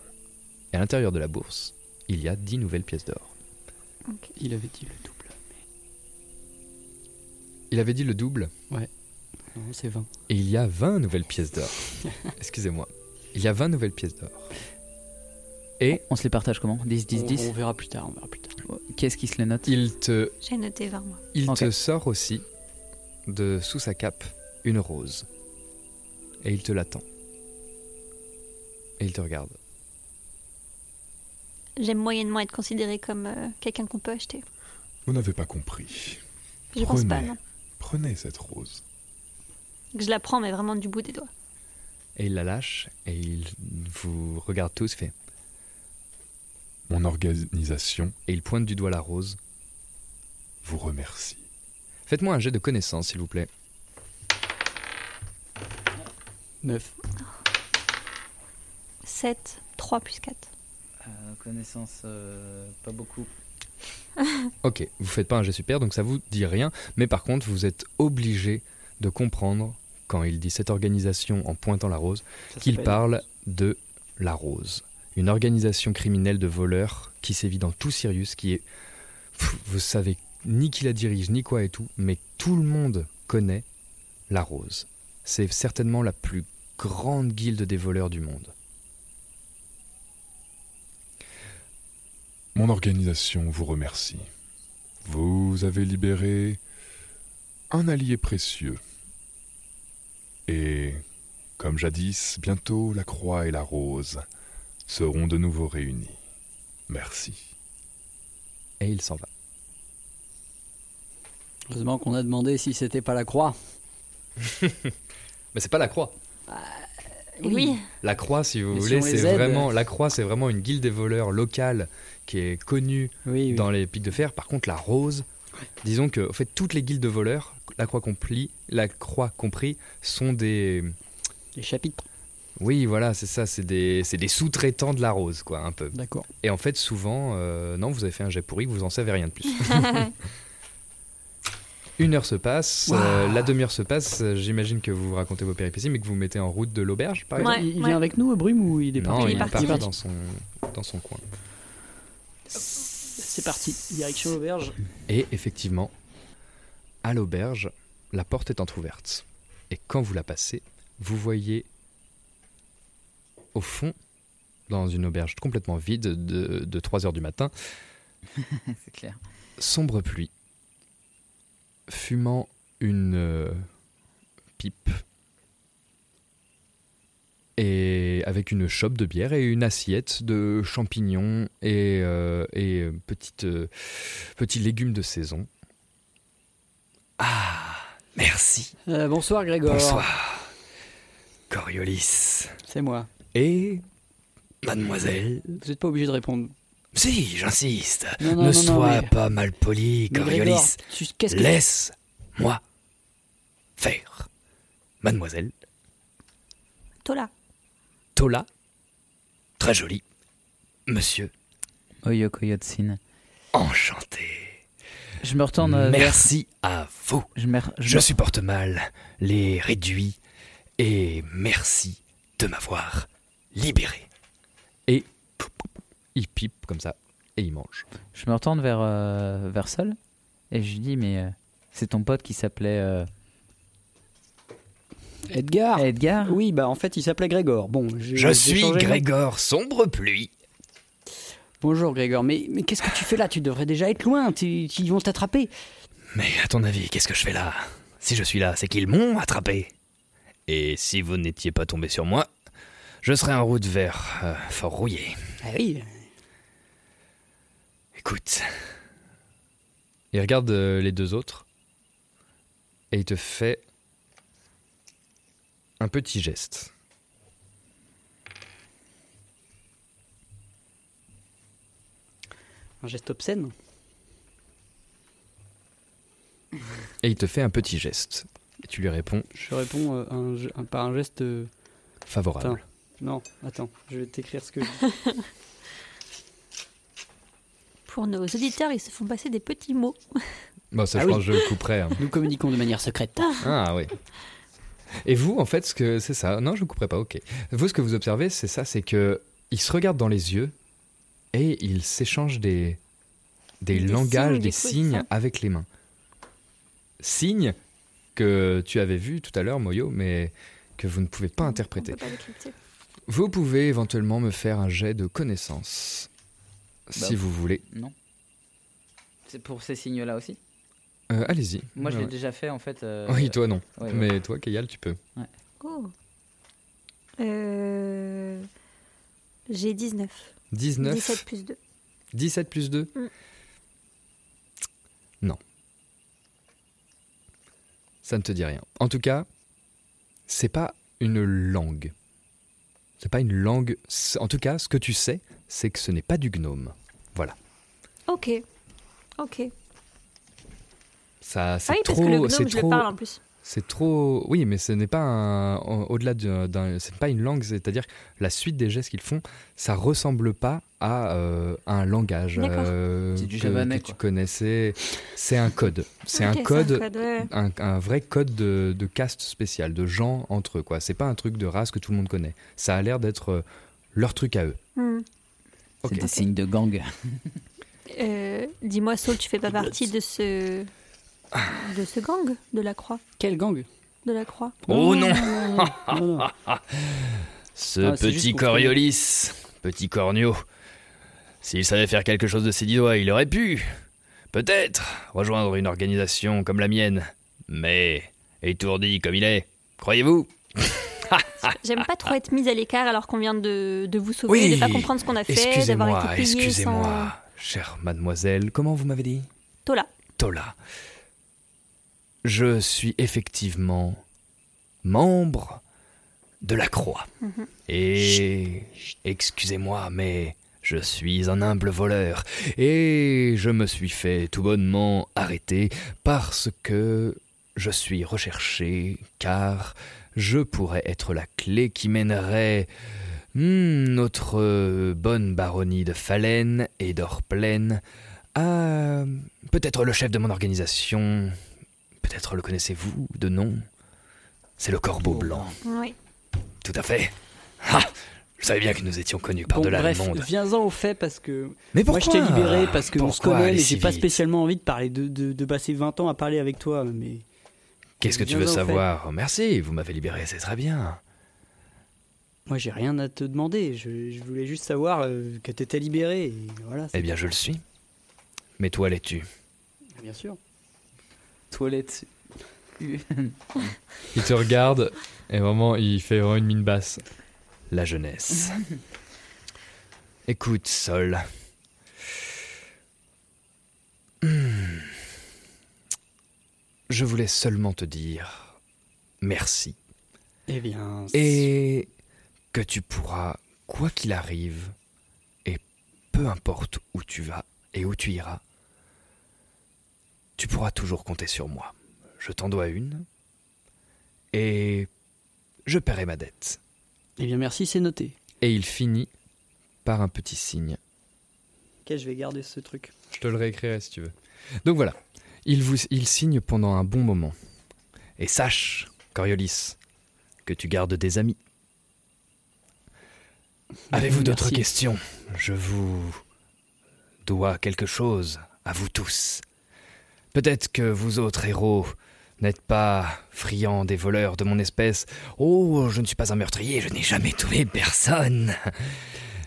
S5: Et à l'intérieur de la bourse, il y a 10 nouvelles pièces d'or.
S7: Il avait dit le double.
S5: Il avait dit le double,
S7: Ouais. Non, c'est 20.
S5: et il y a 20 nouvelles pièces (laughs) d'or. Excusez-moi. Il y a 20 nouvelles pièces d'or. Et
S6: On se les partage comment 10, 10,
S7: on,
S6: 10
S7: on verra plus tard, on verra plus tard.
S6: Qu'est-ce qui se les note
S5: Oh, il te,
S8: J'ai noté 20 mois.
S5: il
S6: Ok.
S5: te sort aussi, de sous sa cape, une rose. Et il te l'attend. Et il te regarde.
S8: J'aime moyennement être considéré comme euh, quelqu'un qu'on peut acheter.
S14: Vous n'avez pas compris.
S8: Je pense pas,
S14: Prenez.
S8: non.
S14: Prenez cette rose.
S8: Je la prends, mais vraiment du bout des doigts.
S5: Et il la lâche, et il vous regarde tous, fait.
S14: Mon organisation
S5: Et il pointe du doigt la rose.
S14: vous remercie.
S5: Faites-moi un jet de connaissance, s'il vous plaît.
S7: 9.
S8: 7, 3 plus 4.
S6: Euh, Connaissance, euh, pas beaucoup.
S5: Ok, vous faites pas un jet super, donc ça vous dit rien, mais par contre, vous êtes obligé de comprendre, quand il dit cette organisation en pointant la rose, qu'il parle de la rose. Une organisation criminelle de voleurs qui sévit dans tout Sirius, qui est. Pff, vous savez ni qui la dirige, ni quoi et tout, mais tout le monde connaît la rose. C'est certainement la plus grande guilde des voleurs du monde.
S14: Mon organisation vous remercie. Vous avez libéré un allié précieux. Et, comme jadis, bientôt la croix et la rose seront de nouveau réunies. Merci.
S5: Et il s'en va.
S7: Heureusement qu'on a demandé si c'était pas la croix.
S5: Mais c'est pas la croix.
S8: Oui.
S5: La Croix, si vous
S7: Mais si
S5: voulez,
S7: on les
S5: c'est
S7: aide-
S5: vraiment la Croix, c'est vraiment une guilde des voleurs locale qui est connue
S7: Oui, oui.
S5: dans les pics de fer. Par contre, la Rose, disons que en fait toutes les guildes de voleurs, la Croix compris, la Croix compris, sont des
S7: Les chapitres.
S5: oui, voilà, c'est ça, c'est des, c'est des sous-traitants de la rose, quoi, un peu.
S7: D'accord.
S5: Et en fait, souvent, euh, non, vous avez fait un jet pourri, vous en savez rien de plus.
S14: (laughs)
S5: Une heure se passe, euh, la demi-heure se passe, euh, j'imagine que vous racontez vos péripéties, mais que vous vous mettez en route de l'auberge, par
S8: Ouais,
S5: exemple.
S7: il il
S8: ouais.
S7: vient avec nous, euh, Brume, ou il est parti
S5: Non, il
S8: est
S5: est
S8: parti.
S5: parti
S7: Il est parti.
S5: dans son, dans son coin.
S7: C'est parti, direction l'auberge.
S5: Et effectivement, à l'auberge, la porte est entr'ouverte. Et quand vous la passez, vous voyez au fond, dans une auberge complètement vide de, de 3 heures du matin,
S6: C'est clair.
S5: sombre pluie, fumant une euh, pipe et avec une chope de bière et une assiette de champignons et, euh, et euh, petites, euh, petits légumes de saison. Merci.
S7: Euh, bonsoir Grégoire.
S5: Bonsoir. Coriolis.
S7: C'est moi.
S5: Et mademoiselle.
S7: Vous n'êtes pas obligé de répondre.
S5: Si, j'insiste.
S7: Non,
S5: ne
S7: non, non, non,
S5: sois
S7: mais-
S5: pas mal poli,
S7: Mais
S5: Coriolis.
S7: Grégoire, tu- qu'est-ce que-
S5: Laisse-moi faire. Mademoiselle
S8: Tola.
S5: Tola, très jolie. Monsieur,
S6: Oyo Koyotsin.
S5: enchanté.
S6: Je me retourne. euh,
S5: Merci à vous.
S6: Je, mer- je
S5: Je
S6: me-
S5: supporte mal les réduits et merci de m'avoir libéré. Et il pipe comme ça et il mange.
S6: Je me retourne vers, euh, vers Sol et je lui dis Mais euh, c'est ton pote qui s'appelait. euh,
S8: Ah.
S7: Edgar.
S6: Edgar.
S7: Oui, bah en fait, il s'appelait Grégor. Bon, j'ai-
S5: Je
S7: j'ai
S5: suis
S7: changé de nom.
S5: Grégor Sombre Pluie.
S7: Bonjour Grégor. Mais, mais qu'est-ce que tu fais là Tu devrais déjà être loin. tu- Ils vont t'attraper.
S5: Mais à ton avis, qu'est-ce que je fais là Si je suis là, c'est qu'ils m'ont attrapé. Et si vous n'étiez pas tombé sur moi, je serais en route vers euh, Fort Rouillé.
S7: Ah oui.
S5: Écoute. Il regarde euh, les deux autres et il te fait un petit geste.
S7: Un geste obscène.
S5: Et il te fait un petit geste. Et tu lui réponds
S7: Je réponds euh, un ge- un- par un geste. euh,
S5: favorable.
S7: Attends. Non, attends, je vais t'écrire ce que je dis.
S8: Pour nos auditeurs, ils se font passer des petits mots.
S5: Bon, ça,
S7: Ah
S5: je
S7: oui.
S5: pense que je le couperai. hein.
S7: Nous communiquons de manière secrète.
S5: Ah oui. Et vous, en fait, ce que c'est ça. Non, je ne couperai pas. Ok. Vous, ce que vous observez, c'est ça, c'est que ils se regardent dans les yeux et ils s'échangent des des,
S10: Des
S5: langages,
S10: signes,
S5: des
S10: des trucs,
S5: signes
S10: ça.
S5: avec les mains. Signes que tu avais vu tout à l'heure, Moyo, mais que vous ne pouvez pas interpréter. Vous pouvez éventuellement me faire un jet de connaissance,
S6: Bah,
S5: si vous voulez.
S6: Non. C'est pour ces signes-là aussi
S5: Euh, Allez-y.
S6: Moi, je
S5: Ouais,
S6: l'ai
S5: ouais.
S6: déjà fait en fait. euh,
S5: Oui, toi non.
S6: ouais, ouais.
S5: mais toi, Kayal, tu peux.
S8: Oh. Euh, J'ai 19.
S5: 19.
S8: 17 plus 2.
S5: 17 plus 2
S8: Mm.
S5: Non. Ça ne te dit rien. En tout cas, c'est pas une langue. C'est pas une langue. c'est- En tout cas, ce que tu sais, c'est que ce n'est pas du gnome. Voilà.
S8: Ok. Ok.
S5: Ça,
S8: Ah
S5: c'est
S8: oui, parce
S5: trop.
S8: que le gnome,
S5: c'est
S8: je le
S5: trop-
S8: parle en plus.
S5: C'est trop. Oui, mais ce n'est pas un... en- au-delà d'un. d'un- C'est pas une langue. C'est-à-dire que la suite des gestes qu'ils font, ça ressemble pas à euh, un langage
S6: D'accord.
S5: euh,
S6: C'est du
S5: que,
S6: javanais,
S5: que tu connaissais. C'est un code. C'est
S8: Ok,
S5: un code.
S8: code, ouais.
S5: Un, un vrai code de, de caste spécial, de gens entre eux. Quoi. C'est pas un truc de race que tout le monde connaît. Ça a l'air d'être euh, leur truc à eux.
S8: Hmm.
S6: C'est des signes de gang.
S8: Euh, Dis-moi, Saul, tu fais pas partie de ce. de ce gang de la Croix
S7: Quel gang
S8: De la Croix.
S5: Oh non
S7: non, non.
S5: Ce
S7: Ah, c'est juste
S5: petit
S7: pour trouver.
S5: Coriolis, petit Cornio, s'il savait faire quelque chose de ses dix doigts, il aurait pu, peut-être, rejoindre une organisation comme la mienne. Mais, étourdi comme il est, croyez-vous
S8: (laughs) J'aime pas trop être mise à l'écart alors qu'on vient de, de vous sauver, de pas comprendre ce qu'on a fait, d'avoir
S5: Excusez-moi,
S8: été payé
S5: excusez-moi,
S8: sans.
S5: chère mademoiselle, comment vous m'avez dit
S8: Tola.
S5: Tola. Je suis effectivement membre de la Croix.
S8: Mhm.
S5: Et excusez-moi, mais je suis un humble voleur. Et je me suis fait tout bonnement arrêter parce que je suis recherché, car je pourrais être la clé qui mènerait hmm, notre euh, bonne baronnie de Falen et d'Orplaine à peut-être le chef de mon organisation. Peut-être le connaissez-vous de nom C'est le Corbeau Blanc.
S8: Oui.
S5: Tout à fait. Ah, Je savais bien que nous étions connus par
S7: Bon,
S5: delà
S7: bref,
S5: le monde.
S7: viens-en au fait parce que
S5: Mais
S7: moi je t'ai
S5: pourquoi
S7: libéré parce que on se
S5: Pourquoi
S7: connaît
S5: aller
S7: et
S5: si
S7: j'ai pas
S5: vite
S7: spécialement envie de parler de, de, de passer 20 ans à parler avec toi mais
S5: Qu'est-ce que tu
S7: viens-en
S5: veux
S7: au fait.
S5: savoir Oh, Merci, vous m'avez libéré, c'est très bien.
S7: moi j'ai rien à te demander je, je voulais juste savoir euh, que t'étais libéré et voilà c'est-
S5: Eh bien, je le suis. Mais toi, l'es-tu
S7: bien sûr Eh
S6: Toilette.
S5: Il te regarde et vraiment, il fait vraiment une mine basse. La jeunesse. Écoute, Sol. Hmm. Je voulais seulement te dire merci.
S7: Eh bien,
S5: Et que tu pourras, quoi qu'il arrive, et peu importe où tu vas et où tu iras, tu pourras toujours compter sur moi. Je t'en dois une. Et je paierai ma dette.
S7: Eh bien merci c'est noté
S5: Et il finit par un petit signe.
S7: ok je vais garder ce truc
S5: Je te le réécrirai si tu veux. Donc voilà, il, vous, il signe pendant un bon moment. Et sache, Coriolis, que tu gardes des amis. Avez-vous d'autres
S15: Merci.
S5: questions Je vous dois quelque chose à vous tous. Peut-être que vous autres héros n'êtes pas friands des voleurs de mon espèce. Oh, je ne suis pas un meurtrier, je n'ai jamais tué personne.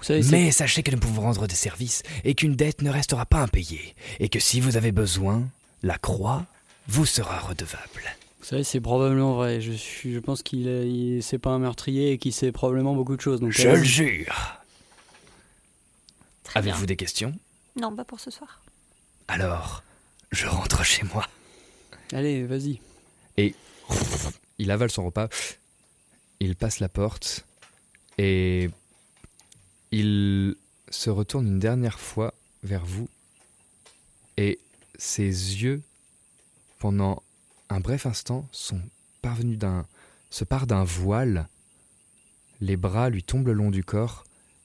S7: savez, c'est-
S5: Mais sachez que nous pouvons rendre des services et qu'une dette ne restera pas impayée. Et que si vous avez besoin, la croix vous sera redevable.
S7: vous savez c'est probablement vrai je suis je pense qu'il est- il- c'est pas un meurtrier et qu'il sait probablement beaucoup de choses donc
S5: Je
S7: euh,
S5: le jure. Avez-vous des questions
S8: Non, pas pour ce soir.
S5: Alors, je rentre chez moi.
S7: allez vas-y
S5: Et il avale son repas. Il passe la porte. Et il se retourne une dernière fois vers vous. Et ses yeux, pendant un bref instant, sont parvenus d'un. se parent d'un voile. Les bras lui tombent le long du corps.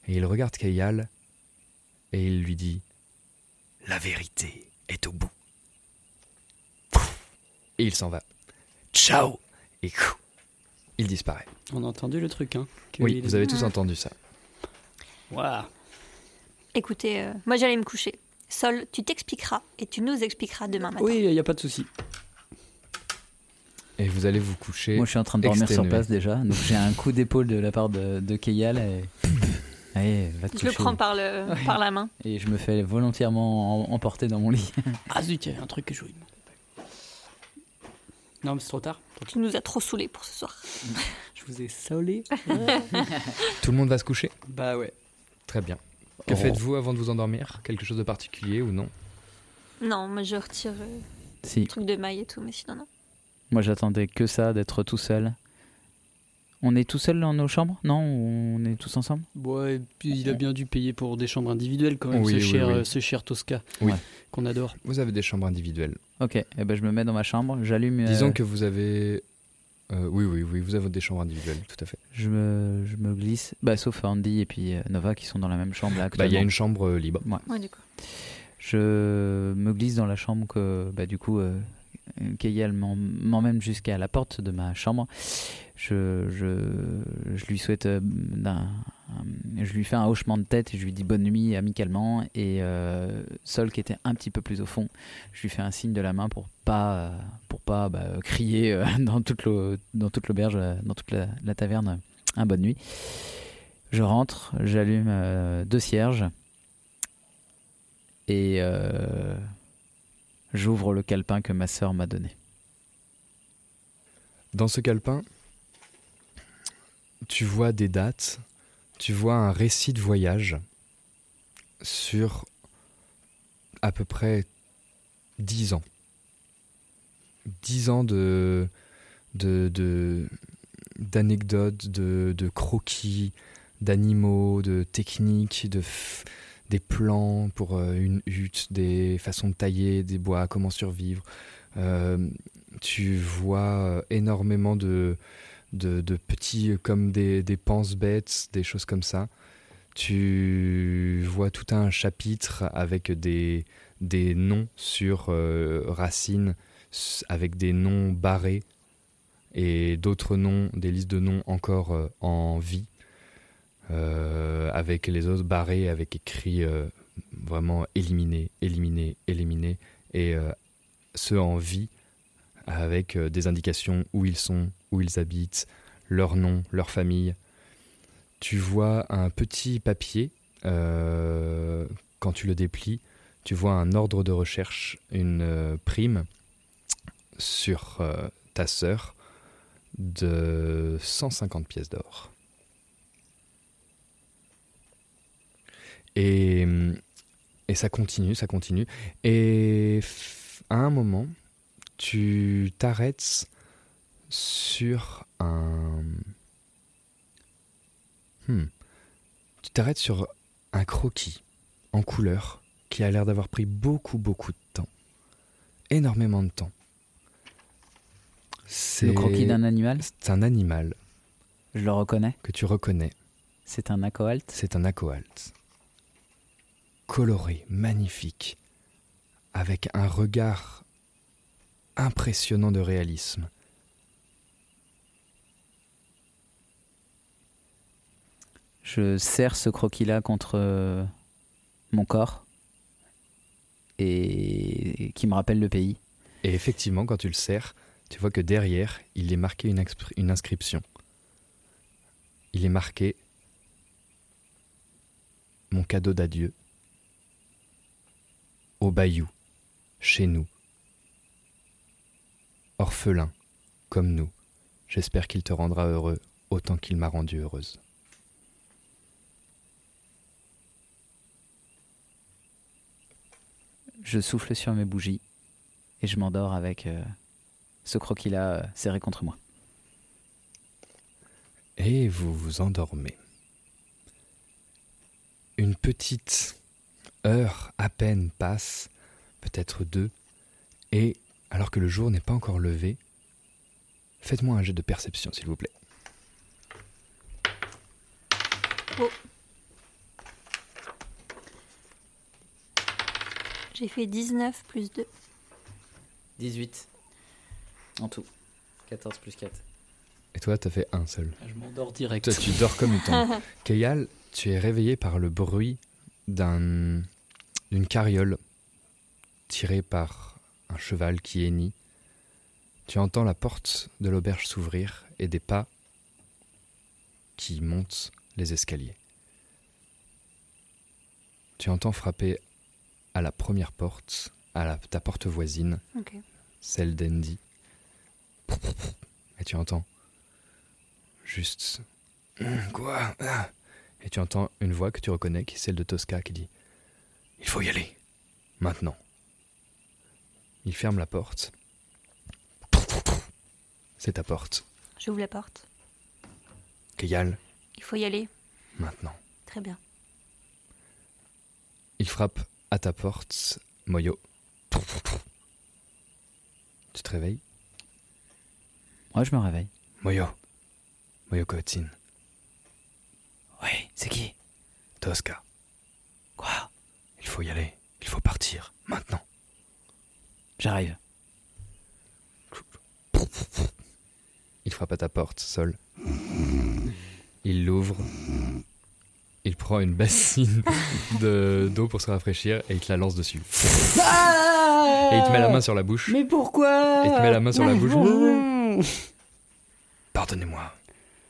S5: Et il regarde Kayal. Et il lui dit La vérité est au bout. Et il s'en va. Ciao Et (laughs) coup, il disparaît.
S7: on a entendu le truc hein que
S5: Oui,
S7: il-
S5: vous avez tous entendu ça.
S7: Waouh.
S8: Écoutez, euh, moi j'allais me coucher. Sol, tu t'expliqueras et tu nous expliqueras demain matin.
S7: oui il n'y a pas de souci
S5: Et vous allez vous coucher.
S6: Moi, je suis en train de dormir
S5: exténué.
S6: sur place déjà, donc j'ai un coup d'épaule de la part de, de Keyal. Et... Allez, va te
S8: Je le
S6: coucher.
S8: prends par, le,
S6: Ouais.
S8: par la main.
S6: Et je me fais volontairement em- emporter dans mon lit. (laughs)
S7: ah zut il y avait un truc que je voulais demander. non mais c'est trop tard
S8: Tu nous as trop saoulés pour ce soir.
S7: je vous ai (laughs) saoulé
S5: Tout le monde va se coucher
S7: bah ouais
S5: Très bien. Que
S7: Oh.
S5: faites-vous avant de vous endormir Quelque chose de particulier ou non
S8: Non, moi je retire euh,
S6: Si.
S8: le truc de maille et tout, mais sinon non.
S6: Moi, j'attendais que ça, d'être tout seul. On est tout seul dans nos chambres Non On est tous ensemble
S7: Ouais, et puis il a bien dû payer pour des chambres individuelles quand même,
S6: Oui,
S7: ce,
S6: oui,
S7: cher,
S6: oui.
S7: euh, ce cher Tosca
S6: Oui.
S7: qu'on adore.
S5: Vous avez des chambres individuelles.
S6: Ok, eh ben, je me mets dans ma chambre, j'allume. euh,
S5: Disons que vous avez. euh, oui, oui, oui, vous avez des chambres individuelles, tout à fait.
S6: Je me, je me glisse, bah, sauf Andy et puis euh, Nova qui sont dans la même chambre là
S5: Bah,
S6: actuellement.
S5: il y a une chambre euh, libre.
S6: Ouais.
S8: Ouais, du coup.
S6: Je me glisse dans la chambre que, bah, du coup, euh, Kayal m'en- m'emmène jusqu'à la porte de ma chambre. Je, je, je lui souhaite, euh, d'un- un- je lui fais un hochement de tête et je lui dis bonne nuit amicalement. Et euh, Sol, qui était un petit peu plus au fond, je lui fais un signe de la main pour pas, euh, pour pas bah, crier euh, (laughs) dans toute l'au- dans toute l'auberge, euh, dans toute la, la taverne, euh, un bonne nuit. Je rentre, j'allume euh, deux cierges et euh, j'ouvre le calepin que ma sœur m'a donné.
S5: Dans ce calepin, tu vois des dates, tu vois un récit de voyage sur à peu près 10 ans. 10 ans de de- de- d'anecdotes, de, de croquis, d'animaux, de techniques, de f- des plans pour euh, une hutte, des façons de tailler des bois, comment survivre. Euh, tu vois euh, énormément de, de, de petits, euh, comme des, des penses-bêtes, des choses comme ça. Tu vois tout un chapitre avec des, des noms sur euh, racines, s- avec des noms barrés et d'autres noms, des listes de noms encore euh, en vie. euh, avec les os barrés, avec écrit euh, vraiment éliminé, éliminé, éliminé, et euh, ceux en vie avec euh, des indications où ils sont, où ils habitent, leur nom, leur famille. Tu vois un petit papier, euh, quand tu le déplies, tu vois un ordre de recherche, une euh, prime sur euh, ta sœur de 150 pièces d'or. Et, et ça continue, ça continue. Et f- à un moment, tu t'arrêtes sur un... Hmm. Tu t'arrêtes sur un croquis en couleur qui a l'air d'avoir pris beaucoup, beaucoup de temps. Énormément de temps. C'est-
S6: Le croquis d'un animal
S5: C'est un animal.
S6: Je le reconnais.
S5: Que tu reconnais.
S6: C'est un acoalte
S5: C'est un acoalte. Coloré, magnifique, avec un regard impressionnant de réalisme.
S6: Je serre ce croquis-là contre euh, mon corps et qui me rappelle le pays.
S5: Et effectivement, quand tu le serres, tu vois que derrière, il est marqué une, expr- une inscription. Il est marqué Mon cadeau d'adieu. Au Bayou, chez nous. Orphelin, comme nous. J'espère qu'il te rendra heureux autant qu'il m'a rendue heureuse.
S6: Je souffle sur mes bougies et je m'endors avec euh, ce croquis-là euh, serré contre moi.
S5: Et vous vous endormez. Une petite heure à peine passe, peut-être deux, et alors que le jour n'est pas encore levé, faites-moi un jet de perception, s'il vous plaît.
S8: J'ai fait 19 plus 2.
S6: 18 en tout. 14 plus 4.
S5: Et toi, t'as fait un seul.
S9: Ah,
S7: Je m'endors direct.
S5: Toi,
S9: (laughs)
S5: tu dors comme une tombe. Kayal, tu es réveillé par le bruit d'un- d'une carriole tirée par un cheval qui hennit. Tu entends la porte de l'auberge s'ouvrir et des pas qui montent les escaliers. Tu entends frapper à la première porte, à la- ta porte voisine,
S8: Ok.
S5: celle d'Andy. Et tu entends juste (clears throat) Hum, Quoi Ah Et tu entends une voix que tu reconnais, qui est celle de Tosca, qui dit Il faut y aller, maintenant. Il ferme la porte. C'est ta porte.
S8: J'ouvre la porte.
S5: Kayal,
S8: Il faut y aller.
S5: maintenant.
S8: Très bien.
S5: Il frappe à ta porte, Moyo. Tu te réveilles
S6: Moi, je me réveille.
S5: Moyo. Moyo Kotin.
S6: Oui, c'est qui
S5: Tosca.
S6: Quoi
S5: Il faut y aller. Il faut partir. Maintenant.
S6: J'arrive.
S5: Il frappe à ta porte, seul. Il l'ouvre. Il prend une
S6: (laughs)
S5: bassine de- d'eau pour se rafraîchir et il te la lance dessus. Et il te met la main sur la bouche.
S9: Ah Mais pourquoi
S5: Et il te met la main sur la
S9: Mais
S5: bouche.
S9: bon.
S5: Pardonnez-moi,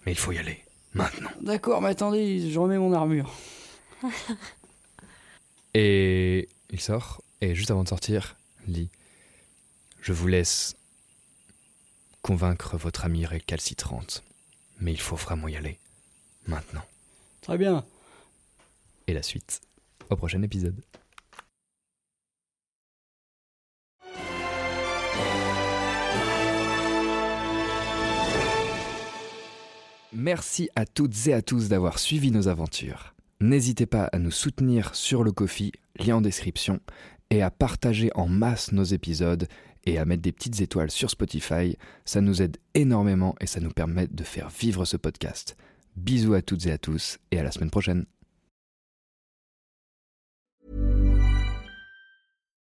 S5: mais il faut y aller. Maintenant.
S9: D'accord, mais attendez, je remets mon armure.
S5: Et il sort, et juste avant de sortir, il dit Je vous laisse convaincre votre amie récalcitrante, mais il faut vraiment y aller. Maintenant.
S7: Très bien.
S5: Et la suite, au prochain épisode. Merci à toutes et à tous d'avoir suivi nos aventures. N'hésitez pas à nous soutenir sur le Kofi, lien en description, et à partager en masse nos épisodes et à mettre des petites étoiles sur Spotify. Ça nous aide énormément et ça nous permet de faire vivre ce podcast. Bisous à toutes et à tous et à la semaine prochaine.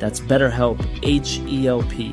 S6: That's BetterHelp, H E L P.